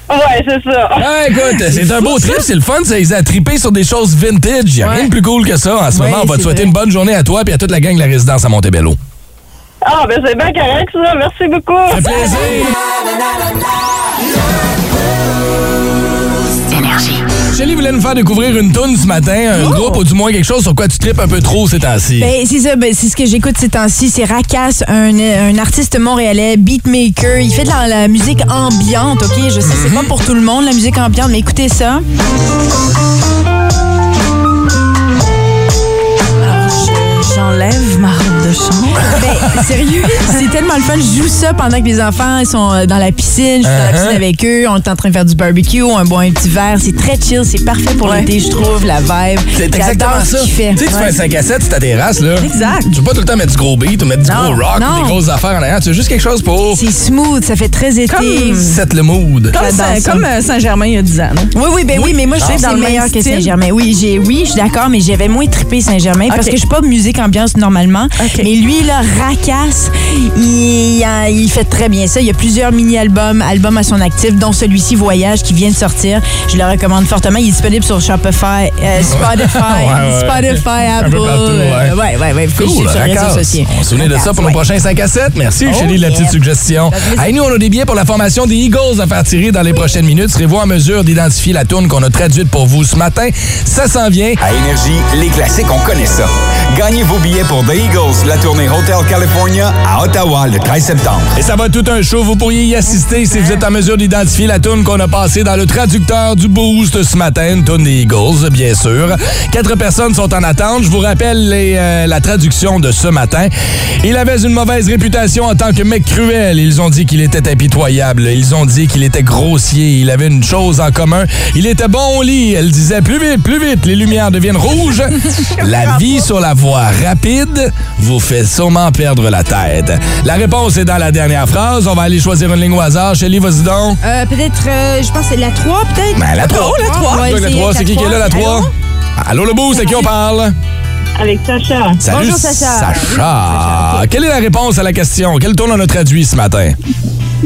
S11: Ouais, c'est ça.
S3: Ah, écoute, c'est un beau trip, c'est le fun, ça les a trippés sur des choses vintage. Y a rien de plus cool que ça. En ce
S5: Ouais,
S3: moment, on va te
S5: c'est
S3: souhaiter
S5: vrai.
S3: une bonne journée à toi et à toute la gang de la résidence à Montebello.
S11: Ah, ben c'est bien correct, ça. Merci beaucoup.
S3: Un plaisir!
S2: Énergie.
S3: Shelly voulait nous faire découvrir une toune ce matin, un groupe ou du moins quelque chose sur quoi tu tripes un peu trop ces temps-ci.
S5: Oh! Ben, c'est ça, ben, c'est ce que j'écoute ces temps-ci. C'est Racasse, un, un artiste montréalais, beatmaker. Il fait de la, la musique ambiante, OK? Je sais,
S3: Mhm.
S5: c'est pas pour tout le monde, la musique ambiante, mais écoutez ça.
S6: J'enlève ma robe de chambre.
S5: Ben, sérieux, c'est tellement le fun. Je joue ça pendant que les enfants ils sont euh, dans la piscine. Je suis dans la
S3: Uh-huh.
S5: piscine avec eux. On est en train de faire du barbecue. On boit un petit verre. C'est très chill. C'est parfait pour l'été, je trouve, la vibe.
S3: C'est exactement
S5: J'adore
S3: ça.
S5: ce qu'il fait.
S3: Tu sais, tu fais un 5 à 7, c'est ta terrasse, là.
S6: Exact.
S3: Tu veux pas tout le temps mettre du gros beat ou mettre du
S5: Non,
S3: gros rock ou
S5: non.
S3: des grosses affaires en arrière. Tu veux juste quelque chose <laughs> pour
S5: C'est smooth. Ça fait très été.
S6: Comme-
S3: set le
S6: Comme,
S3: mood.
S5: J'adore
S6: Saint-
S5: ça.
S6: comme, euh, Saint-Germain il y a 10 ans. non?
S5: Oui, oui, ben oui, mais moi, je
S6: Ah.
S5: trouve que
S6: Dans
S5: c'est
S6: le
S5: le
S6: même
S5: meilleur que
S6: style.
S5: Saint-Germain. Oui, j'ai, oui, je suis d'accord, mais j'avais moins trippé Saint-Germain
S6: Ok.
S5: parce que je suis pas musique ambiance normalement.
S6: Ok.
S5: Mais lui, là, racasse, il, euh, il fait très bien ça. Il y a plusieurs mini-albums, albums à son actif, dont celui-ci, Voyage, qui vient de sortir. Je le recommande fortement. Il est disponible sur Shopify, euh, Spotify,
S3: <laughs> ouais.
S5: Spotify,
S3: peu
S5: Apple.
S3: partout, ouais.
S5: euh, ouais, ouais, ouais. Faut que je
S3: Cool,
S5: suive sur les réseaux
S3: racasse.
S5: sociaux.
S3: On se souvient de ça pour le
S5: Racasse,
S3: prochain 5 à 7. Merci, Chélie, la
S5: yeah.
S3: petite suggestion. Hey, nous, on a des billets pour la formation des Eagles à faire tirer dans les prochaines minutes. Serez-vous en mesure d'identifier la tourne qu'on a traduite pour vous ce matin? Ça s'en vient.
S12: À Énergie, les classiques, on connaît ça. Gagnez vos billets pour The Eagles, la tournée Hotel California à Ottawa le 13 septembre.
S3: Et ça va être tout un show. Vous pourriez y assister si vous êtes en mesure d'identifier la toune qu'on a passée dans le traducteur du Boost ce matin. Une toune des Eagles, bien sûr. Quatre personnes sont en attente. Je vous rappelle les, euh, la traduction de ce matin. Il avait une mauvaise réputation en tant que mec cruel. Ils ont dit qu'il était impitoyable. Ils ont dit qu'il était grossier. Il avait une chose en commun. Il était bon au lit. Elle disait plus vite, plus vite. Les lumières deviennent rouges. La vie sur la voie rapide vous fait sûrement perdre la tête. La réponse est dans la dernière phrase. On va aller choisir une ligne au hasard. Shelly, vas-y donc.
S5: ouais. Euh, peut-être, euh, je pense que c'est la 3, peut-être? Oh,
S3: Ben, la 3.
S5: On va
S3: la
S5: essayer
S3: 3. C'est qui qui est là, la
S5: Allô?
S3: 3? Allô, le beau, c'est qui on parle?
S13: Avec Sacha.
S3: Salut,
S13: Bonjour, Sacha.
S3: Sacha. Quelle est la réponse à la question? Quel tourne on a traduit ce matin?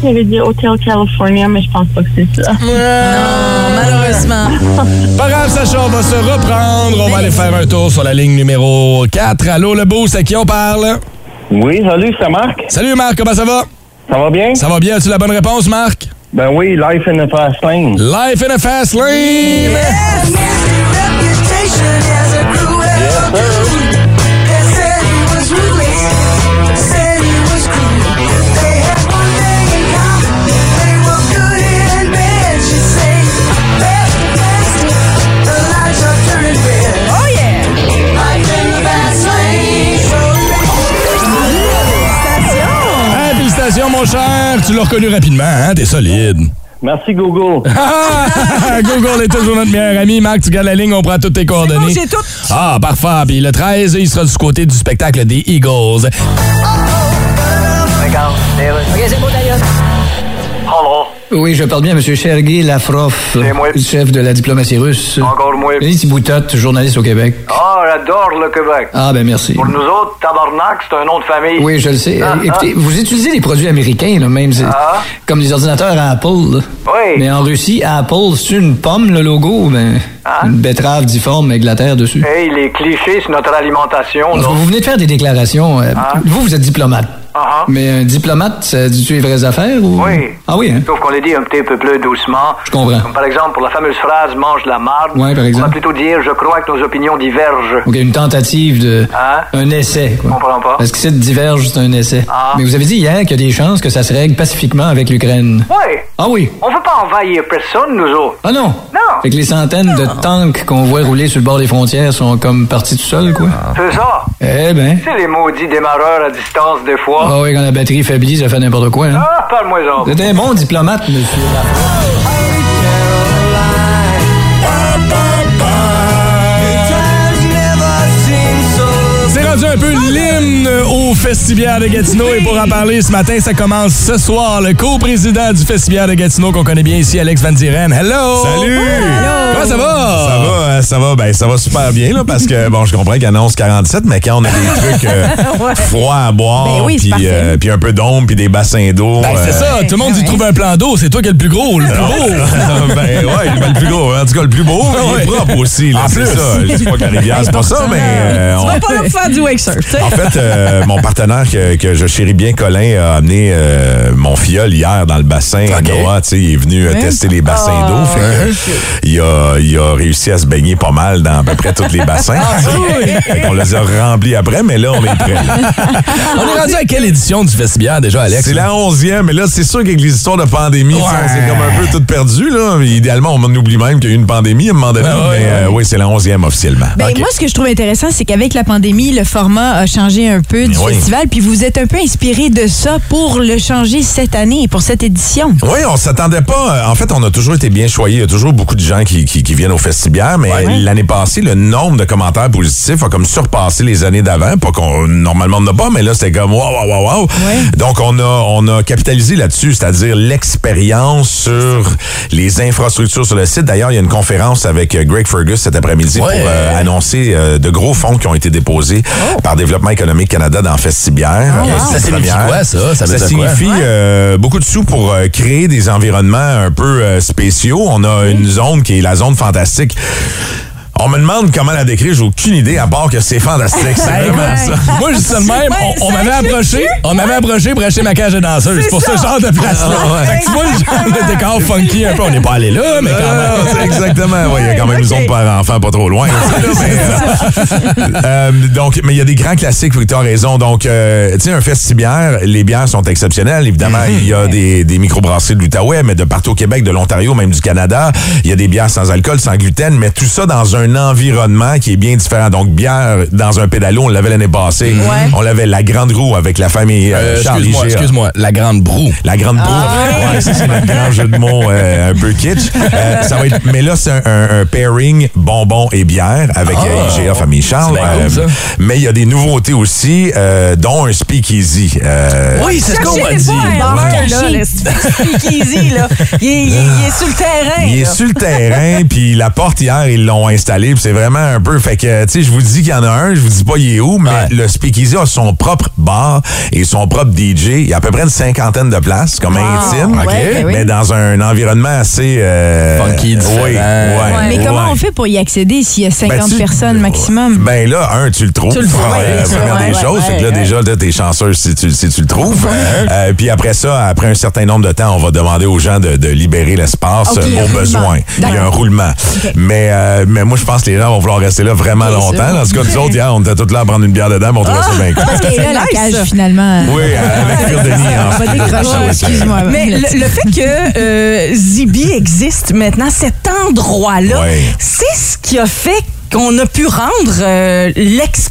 S13: J'avais dit Hotel California, mais je pense pas que c'est ça.
S6: Non, malheureusement.
S3: Pas grave, Sacha, on va se reprendre. On va aller faire un tour sur la ligne numéro 4. Allô, le beau, c'est qui on parle?
S14: Oui, salut, c'est Marc.
S3: Salut, Marc, comment ça va?
S14: Ça va bien?
S3: Ça va bien, as-tu la bonne réponse, Marc?
S14: Ben oui, Life in a Fast Lane.
S3: Life in a Fast Lane!
S2: Oh yeah!
S3: Hey, Ah, félicitations, mon cher! Tu l'as reconnu rapidement, hein? T'es solide. Ah,
S14: Merci,
S3: <laughs>
S14: Google.
S3: Google est toujours notre meilleur ami. Marc, tu gardes la ligne, on prend toutes tes coordonnées.
S14: bon, j'ai tout.
S3: Ah, parfait. Puis le 13, il sera du côté du spectacle des Eagles.
S9: Oui, je parle bien, Monsieur Sergei Lavrov, chef de la diplomatie russe. Encore moi. Denis Boutotte, journaliste au Québec.
S15: Ah, j'adore le Québec.
S9: Ah, ben merci.
S15: Pour nous autres, Tabarnak, c'est un nom de famille.
S9: Oui, je le sais.
S15: Ah,
S9: Euh, Écoutez,
S15: ah.
S9: vous utilisez les produits américains, là, même. c'est-
S15: Ah.
S9: Comme les ordinateurs à Apple. là. Mais en Russie, Apple, c'est une pomme, le logo, ben,
S15: Ah.
S9: une betterave difforme avec de la terre dessus.
S15: Hey, les clichés sur notre
S5: Ah
S15: alimentation,
S9: Parce que
S15: Eh, non? Ah.
S9: Vous venez de faire des déclarations. euh, Vous, vous êtes diplomate. Mais un diplomate, ça dit-tu les vraies affaires ou...
S15: Oui.
S9: Ah oui, hein?
S15: Sauf qu'on les dit un petit peu plus doucement.
S9: Je comprends.
S15: Comme par exemple, pour la fameuse phrase « mange la marde
S9: Ouais, par exemple.
S15: on va plutôt dire « je crois que nos opinions divergent
S9: OK, une tentative de. Un essai. Quoi.
S15: Ah. comprends pas.
S9: Parce que c'est diverge, c'est un essai.
S15: Ah.
S9: Mais vous avez dit hier qu'il y a des chances que ça se règle pacifiquement avec l'Ukraine.
S15: Oui.
S9: Ah oui.
S15: On veut pas envahir personne, nous autres.
S9: Ah non! Non! Fait que les centaines de tanks qu'on voit rouler sur le bord des frontières sont comme partis tout seuls, quoi.
S15: C'est ça.
S9: Eh ben.
S15: Ah. C'est les maudits démarreurs à distance, des fois.
S9: Ah oui, quand la batterie faiblit, ça fait n'importe quoi, hein.
S15: Ah, parle-moi-en.
S9: Vous êtes un bon diplomate, monsieur.
S3: C'est rendu un peu l'hymne au Festibière de Gatineau et pour en parler ce matin, ça commence ce soir. Le co-président du Festibière de Gatineau qu'on connaît bien ici, Alex Van Diren. Hello!
S16: Salut!
S3: Comment
S16: Ça
S3: ça va?
S16: va, euh, ça va, ben ça va super bien là parce
S3: <laughs>
S16: que bon, je comprends qu'il annonce 47, mais quand on a des trucs euh,
S3: Ouais.
S16: froids à boire,
S3: Ben oui, c'est
S16: puis,
S3: parfait.
S16: euh, puis un peu d'ombre, puis des bassins d'eau.
S3: Ben, c'est
S16: euh,
S3: ça, tout le monde dit trouve un plan d'eau, c'est toi qui es le plus gros, le plus
S16: <laughs>
S3: beau.
S16: ben ouais, ben, le plus gros, en tout cas le plus beau, il est propre aussi, là,
S3: En
S16: c'est
S3: plus.
S16: ça. Je dis pas que la rivière, c'est pas ça, mais euh,
S6: tu
S16: on-
S6: vas pas nous faire du wake surf, tu sais.
S16: En fait, euh, mon partenaire que, que je chéris bien, Colin, a amené euh, mon fiole hier dans le bassin à Noah. Tu sais, Il est venu euh,
S17: Hein?
S16: tester les bassins d'eau. Fait que, il, a, il a réussi à se baigner pas mal dans à peu près tous les bassins.
S3: Ah, cool!
S16: on les a remplis après, mais là, on est prêts. là.
S3: On est rendu à quelle édition du Festibière déjà, Alex?
S16: C'est la onzième, mais là, c'est sûr qu'avec les histoires de pandémie, tu sais, on s'est comme un peu tout perdu. Là. Idéalement, on oublie même qu'il y a eu une pandémie à un moment donné,
S3: Ben
S16: mais euh, oui, c'est la onzième officiellement.
S5: Ben, Moi, ce que je trouve intéressant, c'est qu'avec la pandémie, le format a changé un peu du
S16: Oui.
S5: festival, puis vous êtes un peu inspiré de ça pour le changer cette année, pour cette édition.
S16: Oui, on s'attendait pas. euh, En fait, on a toujours été bien choyés. Il y a toujours beaucoup de gens qui, qui- qui viennent au festibière, mais l'année passée, le nombre de commentaires positifs a comme surpassé les années d'avant. Pas qu'on normalement on n'a pas, mais là c'était comme wow wow wow wow. Donc on a on a capitalisé là-dessus, c'est-à-dire l'expérience sur les infrastructures sur le site. D'ailleurs, il y a une conférence avec euh, Greg Fergus cet après-midi pour euh, annoncer euh, de gros fonds qui ont été déposés par Développement économique Canada dans Festibière. Euh,
S3: Oh, wow.
S16: C'est
S3: Ça
S16: une
S3: signifie
S16: première.
S3: quoi, ça? Ça veut dire quoi?
S16: signifie euh, beaucoup de sous pour euh, créer des environnements un peu euh, spéciaux. On a une zone qui est la zone fantastique. On me demande comment la décrire, j'ai aucune idée à part que c'est fantastique. C'est
S3: Ben,
S16: vraiment
S3: écoute,
S16: <laughs> ça.
S3: Moi, je dis ça de même. On, on m'avait approché. On m'avait approché pour acheter ma cage de danseuse. C'est pour ce genre de place-là.
S16: Ah, ouais. Ah.
S3: Fait que tu vois le genre de décor funky un peu. On n'est pas allé là, mais quand même.
S16: C'est exactement. Ouais, Il y a quand
S3: <laughs>
S16: même une zone père-enfant pas trop loin. Euh, donc, mais il y a des grands classiques, tu as raison. Donc, euh, tu sais, un festibière, les bières sont exceptionnelles. Évidemment,
S3: Mhm.
S16: il y a des, des microbrasseries de l'Outaouais, mais de partout au Québec, de l'Ontario, même du Canada. Il y a des bières sans alcool, sans gluten, mais tout ça dans un environnement qui est bien différent. Donc, bière dans un pédalo, on l'avait l'année passée. On l'avait la grande roue avec la famille euh,
S3: Euh,
S16: Charles
S3: excuse-moi,
S16: Léger.
S3: excuse-moi. La grande broue.
S16: La grande broue. Ouais, ça, c'est notre grand jeu de mots euh, un peu kitsch. Euh, ça va être- mais là, c'est un, un- un pairing bonbon et bière avec euh, IGA Famille Charles.
S3: Ah, C'est bien cool,
S16: Euh, mais il y a des nouveautés aussi, euh, dont un speakeasy. euh,
S3: Oui, c'est ce qu'on m'a
S6: Cherchez
S3: dit.
S6: pas un bar
S16: Ouais.
S6: caché, là, le speakeasy, là. Il est, il est- il est sur le terrain.
S5: Ben
S16: Il est
S6: là.
S5: <laughs>
S16: sur le terrain, puis la porte hier, ils l'ont aller, puis c'est vraiment un peu. Fait que, tu sais, je vous dis qu'il y en a un, je vous dis pas il est où, mais le Speakeasy a son propre bar et son propre DJ. Il y a à peu près une cinquantaine de places, comme intime,
S5: ouais, ben oui.
S16: mais dans un environnement assez. euh,
S3: Funky, différent.
S16: Oui, ouais,
S5: Mais comment
S16: ouais.
S5: on fait pour y accéder s'il y
S3: Ben,
S5: a 50
S16: tu-
S5: personnes maximum?
S16: Ben là, un, tu le trouves.
S5: Tu le trouves,
S16: Ouais,
S5: ouais,
S16: première
S5: ouais,
S16: des
S5: ouais,
S16: choses.
S5: ouais,
S16: fait que là,
S5: ouais.
S16: déjà, là, t'es chanceux si tu, si tu le trouves. Euh, puis après ça, après un certain nombre de temps, on va demander aux gens de, de libérer l'espace
S3: Ok,
S16: euh,
S3: il y a un
S16: pour
S3: roulement.
S16: besoin. Il y a un
S3: D'accord.
S16: roulement. Mais, euh, mais moi, je pense que les gens vont vouloir rester là vraiment
S5: Bien sûr.
S16: longtemps. En tout cas, nous autres, hier, on était tous là à prendre une bière dedans, mais on
S3: Ah!
S16: trouvait ça bien cool.
S5: Parce qu'elle est là, la
S6: Nice.
S5: cage, finalement.
S16: Oui, avec Pierre Denis.
S3: ah,
S16: en
S5: va
S16: fait.
S5: décrocher,
S16: Ouais.
S5: excuse-moi.
S6: Mais le, le fait que euh, Zibi existe maintenant, cet endroit-là,
S16: Ouais.
S6: c'est ce qui a fait qu'on a pu rendre euh,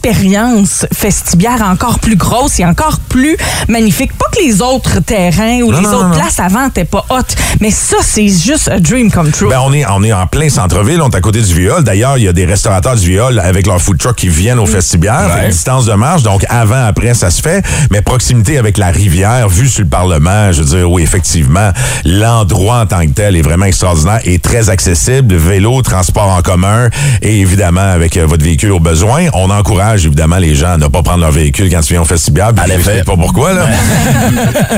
S6: l'expérience festibière encore plus grosse et encore plus magnifique. Pas que les autres terrains ou
S16: Non,
S6: les
S16: non,
S6: autres
S16: non, non.
S6: places avant n'étaient pas hautes, mais ça, c'est juste a dream come true.
S16: Ben, on est, on est en plein centre-ville, on est à côté du viol. D'ailleurs, il y a des restaurateurs du viol avec leur food truck qui viennent au festibiaire. Fait une distance de marche, donc avant, après, ça se fait. Mais proximité avec la rivière, vue sur le Parlement, je veux dire, oui, effectivement, l'endroit en tant que tel est vraiment extraordinaire et très accessible. Vélo, transport en commun et évidemment avec euh, votre véhicule au besoin. On encourage évidemment les gens à ne pas prendre leur véhicule quand ils viennent au festibiaire. puis je sais pas pourquoi, là.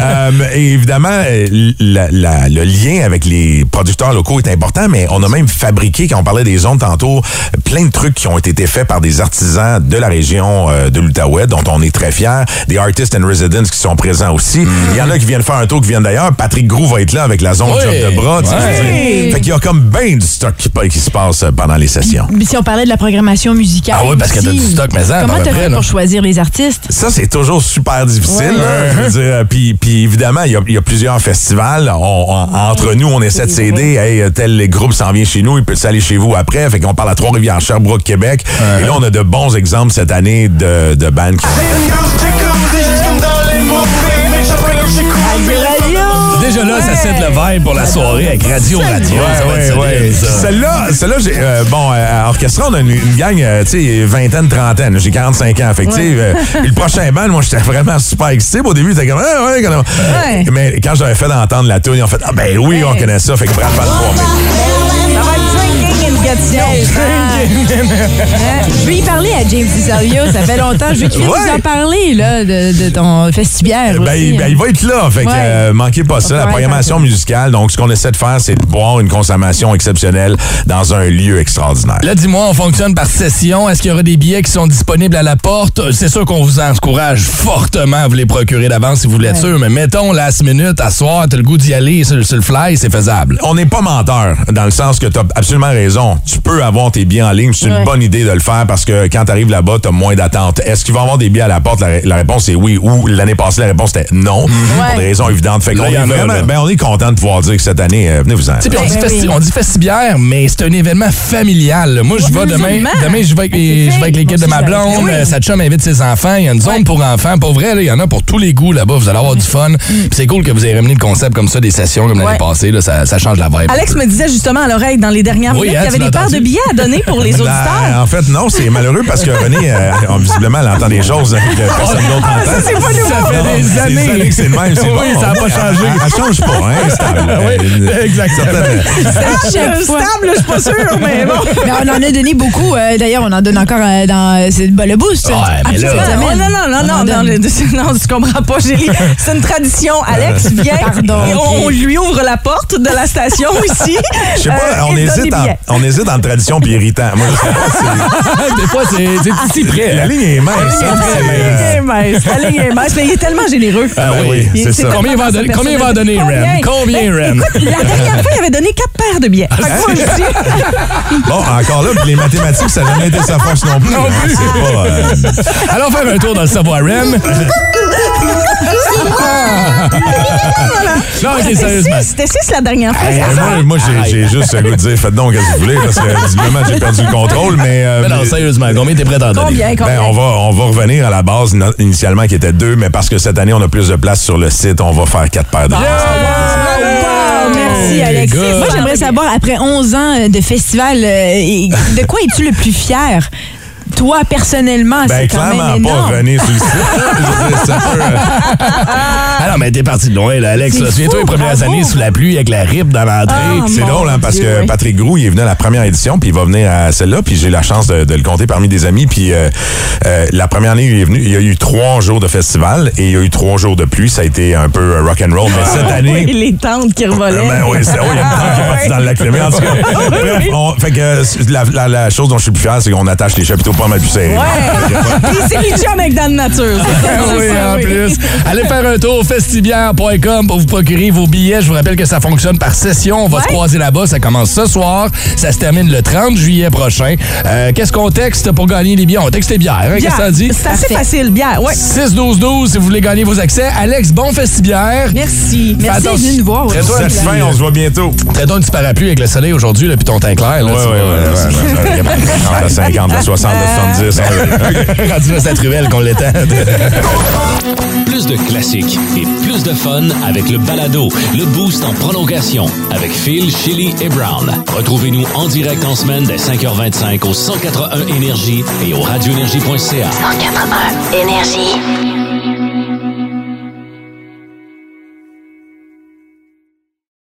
S16: Euh, et évidemment, euh, la- la- le lien avec les producteurs locaux est important, mais on a même fabriqué, quand on parlait des zones tantôt, plein de trucs qui ont été faits par des artisans de la région euh, de l'Outaouais, dont on est très fiers. Des artists and residents qui sont présents aussi. Il y en a qui viennent faire un tour, qui viennent d'ailleurs. Patrick Grou va être là avec la zone
S3: Oui.
S16: job de bras. tu sais,
S3: Ouais.
S16: je veux dire. Fait qu'il y a comme bien du stock qui, pa- qui se passe euh, pendant les sessions.
S5: Mais si on parlait de la programmation musicale.
S3: Ah oui, parce que t'as
S5: aussi,
S3: du stock, mais ça, à
S5: Comment
S3: peu près,
S5: t'aurais
S3: là.
S5: pour choisir les artistes?
S16: Ça, c'est toujours super difficile.
S5: Ouais.
S16: hein, je veux dire, euh, puis, puis évidemment, il y a, il y a plusieurs festivals. On- on- entre nous, on essaie de s'aider. Hey, euh, tel groupe s'en vient chez nous, il peut aller chez vous après. Fait qu'on parle à Trois-Rivières, Sherbrooke, Québec. Et là, on a de bons exemples cette année de, de bands qui
S3: Déjà là, ça cède le vibe pour la soirée avec Radio Radio. Ça va être solide, ça.
S16: Celle-là, celle-là, j'ai. euh, bon, euh, à Orchestra, on a une, une gang, euh, tu sais, vingtaine, trentaine. J'ai 45 ans. Fait que, tu sais, euh, le prochain band, moi, j'étais vraiment super excité. Au début, j'étais comme, ah, ouais, quand même.
S6: Ouais.
S16: Mais quand j'avais fait d'entendre la tune, ils ont fait, ah, ben oui, on connaît ça. Fait que bravo à toi.
S6: Ça va être drinking in Gatineau.
S5: Hein? Je vais y parler à James DiSalvio, ça fait longtemps. Je vais qu'il
S16: Ouais.
S5: vous en parler, là, de, de ton
S3: Eh
S5: festibiaire.
S16: Ben,
S5: aussi, hein.
S16: il- ben, il va être là. Fait que,
S5: Ouais.
S16: euh, manquez pas ça. La
S5: Ouais,
S16: programmation musicale. Donc, ce qu'on essaie de faire, c'est de boire une consommation exceptionnelle dans un lieu extraordinaire.
S3: Là, dis-moi, on fonctionne par session. Est-ce qu'il y aura des billets qui sont disponibles à la porte? C'est sûr qu'on vous encourage fortement à vous les procurer d'avance si vous l'êtes sûr, mais mettons, last minute, à soir, t'as le goût d'y aller sur, sur le fly, c'est faisable.
S16: on n'est pas menteur dans le sens que tu as absolument raison. Tu peux avoir tes billets en ligne. C'est une
S5: Ouais.
S16: bonne idée de le faire parce que quand tu arrives là-bas, tu as moins d'attentes. Est-ce qu'il va avoir des billets à la porte? La, ré- la réponse est oui. Ou l'année passée, la réponse était non. Pour des raisons évidentes. Fait
S3: Là,
S16: qu'on
S3: il y
S16: est
S3: en a,
S16: vraiment,
S3: là.
S16: ben, on est content de pouvoir dire que cette année, euh, venez-vous-en.
S3: Tu sais, puis on, dit
S6: Ben
S3: festi- on dit festibiaire, mais c'est un événement familial. là. Moi, je vais demain.
S6: absolument.
S3: Demain, je vais avec, les- je vais avec les kids de ma blonde. euh, Sa chum invite ses enfants. Il y a une zone pour enfants. Pour vrai, là, il y en a pour tous les goûts là-bas. Vous allez avoir du fun. Puis c'est cool que vous ayez ramené le concept comme ça, des sessions comme l'année
S6: Ouais.
S3: passée. Là, ça, ça change la vibe.
S6: Alex me disait justement à l'oreille dans les dernières
S3: Oui,
S6: minutes
S3: hein,
S6: qu'il y avait
S3: tu
S6: des
S3: l'as
S6: paires de
S3: entendu?
S6: billets à donner pour
S3: <laughs>
S6: les
S16: Ben,
S6: auditeurs.
S16: en fait, non, c'est malheureux parce que René, euh, on- visiblement, elle entend des choses que personne d'autre
S6: Ah,
S16: entend.
S6: ça, c'est pas nouveau.
S3: Ça fait
S16: Non,
S3: des
S16: c'est
S3: années.
S16: que c'est le même. c'est
S3: Oui,
S16: bon.
S3: ça a pas changé. Ah
S16: Elle, elle change pas, hein? c'est stable. Euh, certaines-
S5: Chaque fois.
S6: Stable, je suis pas sûre,
S16: <laughs>
S6: mais
S5: <laughs>
S6: bon.
S5: Mais on en a donné beaucoup. euh, D'ailleurs, on en donne encore euh, dans euh, c'est le- bah, le boost.
S3: Ouais, mais là-
S5: Absolument.
S6: Oh, non, non, non,
S5: On en
S6: non, non,
S5: donne.
S6: le- <laughs> non, tu comprends pas, Gélie. C'est une tradition. Alex vient,
S5: Pardon,
S6: et on,
S5: ok.
S6: on lui ouvre la porte de la
S16: <laughs>
S6: station ici.
S16: Je sais pas,
S6: euh,
S16: on
S6: il donne
S16: hésite,
S6: des
S16: en,
S6: billets.
S16: on hésite entre tradition puis irritant. Moi, je sais pas,
S3: <laughs> des fois, c'est c'est si
S16: c'est-
S3: près.
S16: Ah, la
S3: hein.
S16: ligne est mince. hein,
S6: Ah,
S16: c'est-
S6: il est mince, la ligne est mince, mais il est tellement généreux.
S16: Ah oui,
S6: Il-
S16: c'est ça.
S6: tellement
S3: Combien il va
S6: dans sa
S3: donner- combien il va
S6: personnalité.
S3: donner, Ren? Combien,
S6: Ben,
S3: Ren?
S6: Écoute, la dernière fois, il avait donné quatre paires de
S16: Ah,
S6: billets. Fait que moi,
S3: <laughs>
S6: je dis-
S16: Bon, encore là, puis les mathématiques, ça n'a jamais été sa force non plus.
S3: Non
S16: hein,
S3: plus.
S16: c'est pas, euh,
S3: Allons faire un tour dans le savoir REM. Non, ok,
S6: C'était
S3: sérieusement.
S6: six, C'était six la hein. dernière fois.
S16: Hey,
S6: c'est ça?
S16: moi, moi, j'ai- j'ai juste le goût de dire, faites donc ce que vous voulez, parce que visiblement, j'ai perdu le contrôle, mais... euh,
S3: Mais non,
S16: mais-
S3: sérieusement, combien t'es prêt à en donner?
S6: Combien, combien?
S16: Ben, on va, on va revenir à la base no- initialement qui était deux, mais parce que cette année, on a plus de place sur le site, on va faire quatre
S6: Ah,
S16: paires de
S5: Ah, Wow, Merci, Alexis.
S3: Oh, Ah, les gars.
S5: Moi, j'aimerais savoir, après 11 ans euh, de festival, euh, et- de quoi es-tu le plus fier? Toi, personnellement,
S16: Ben,
S5: c'est quand
S16: clairement
S5: même
S16: pas
S5: énorme.
S16: <laughs> René sur le site. Je veux dire, ça peut, euh,
S3: Ah non, mais t'es parti de loin, là, Alex.
S16: C'est
S3: là. Souviens-toi
S16: fou,
S3: les premières
S16: bravo.
S3: années sous la pluie avec la rip dans l'entrée.
S16: Patrick. c'est drôle, hein, parce que Patrick Grou, il est venu à la première édition, puis il va venir à celle-là, puis j'ai eu la chance de, de le compter parmi des amis. Puis euh, euh, la première année, où il est venu, il y a eu trois jours de festival et il y a eu trois jours de pluie. Ça a été un peu euh, rock'n'roll, mais cette année.
S6: Oui, les tentes qui revolaient.
S16: Ben oui, c'est- oui, il y a une tente qui est partie dans le lac Léman, en tout <laughs> cas. Bref, on- fait que euh, la, la- la chose dont je suis plus fier, c'est qu'on attache les chapiteaux pas mal plus serrés.
S6: Puis c'est Mitchum avec Dan Nature.
S16: Ah
S3: Ah
S6: <laughs>
S3: oui, en plus. Allez faire un tour au festibière.com pour vous procurer vos billets. Je vous rappelle que ça fonctionne par session. On va se croiser là-bas. Ça commence ce soir. Ça se termine le 30 juillet prochain. Euh, Qu'est-ce qu'on texte pour gagner les billets? On texte les bières. hein? Qu'est-ce que ça dit?
S6: C'est assez facile, bière. Ouais.
S3: 6-12-12 si vous voulez gagner vos accès. Alex, bon festibière.
S6: Merci.
S5: Merci
S3: Fais
S5: d'être
S3: attention.
S5: venu nous voir.
S3: Traite-toi un
S5: aussi.
S3: petit fin, on se
S16: voit bientôt.
S3: Traite-toi un petit parapluie avec le soleil aujourd'hui, là, puis ton teint clair. Là,
S16: Ouais,
S3: tu euh,
S16: ouais,
S3: vois,
S16: ouais, ouais, <laughs> ouais. Entre 50, le 60, le 70. <laughs>
S3: ouais. <laughs> Rendu à cette ruelle qu'on l'étend.
S1: <laughs> Plus de classiques et plus de fun avec le balado, le boost en prolongation avec Phil, Chili et Brown. Retrouvez-nous en direct en semaine dès 5h25 au 181 Énergie et au radioénergie.ca.
S2: 181 Énergie.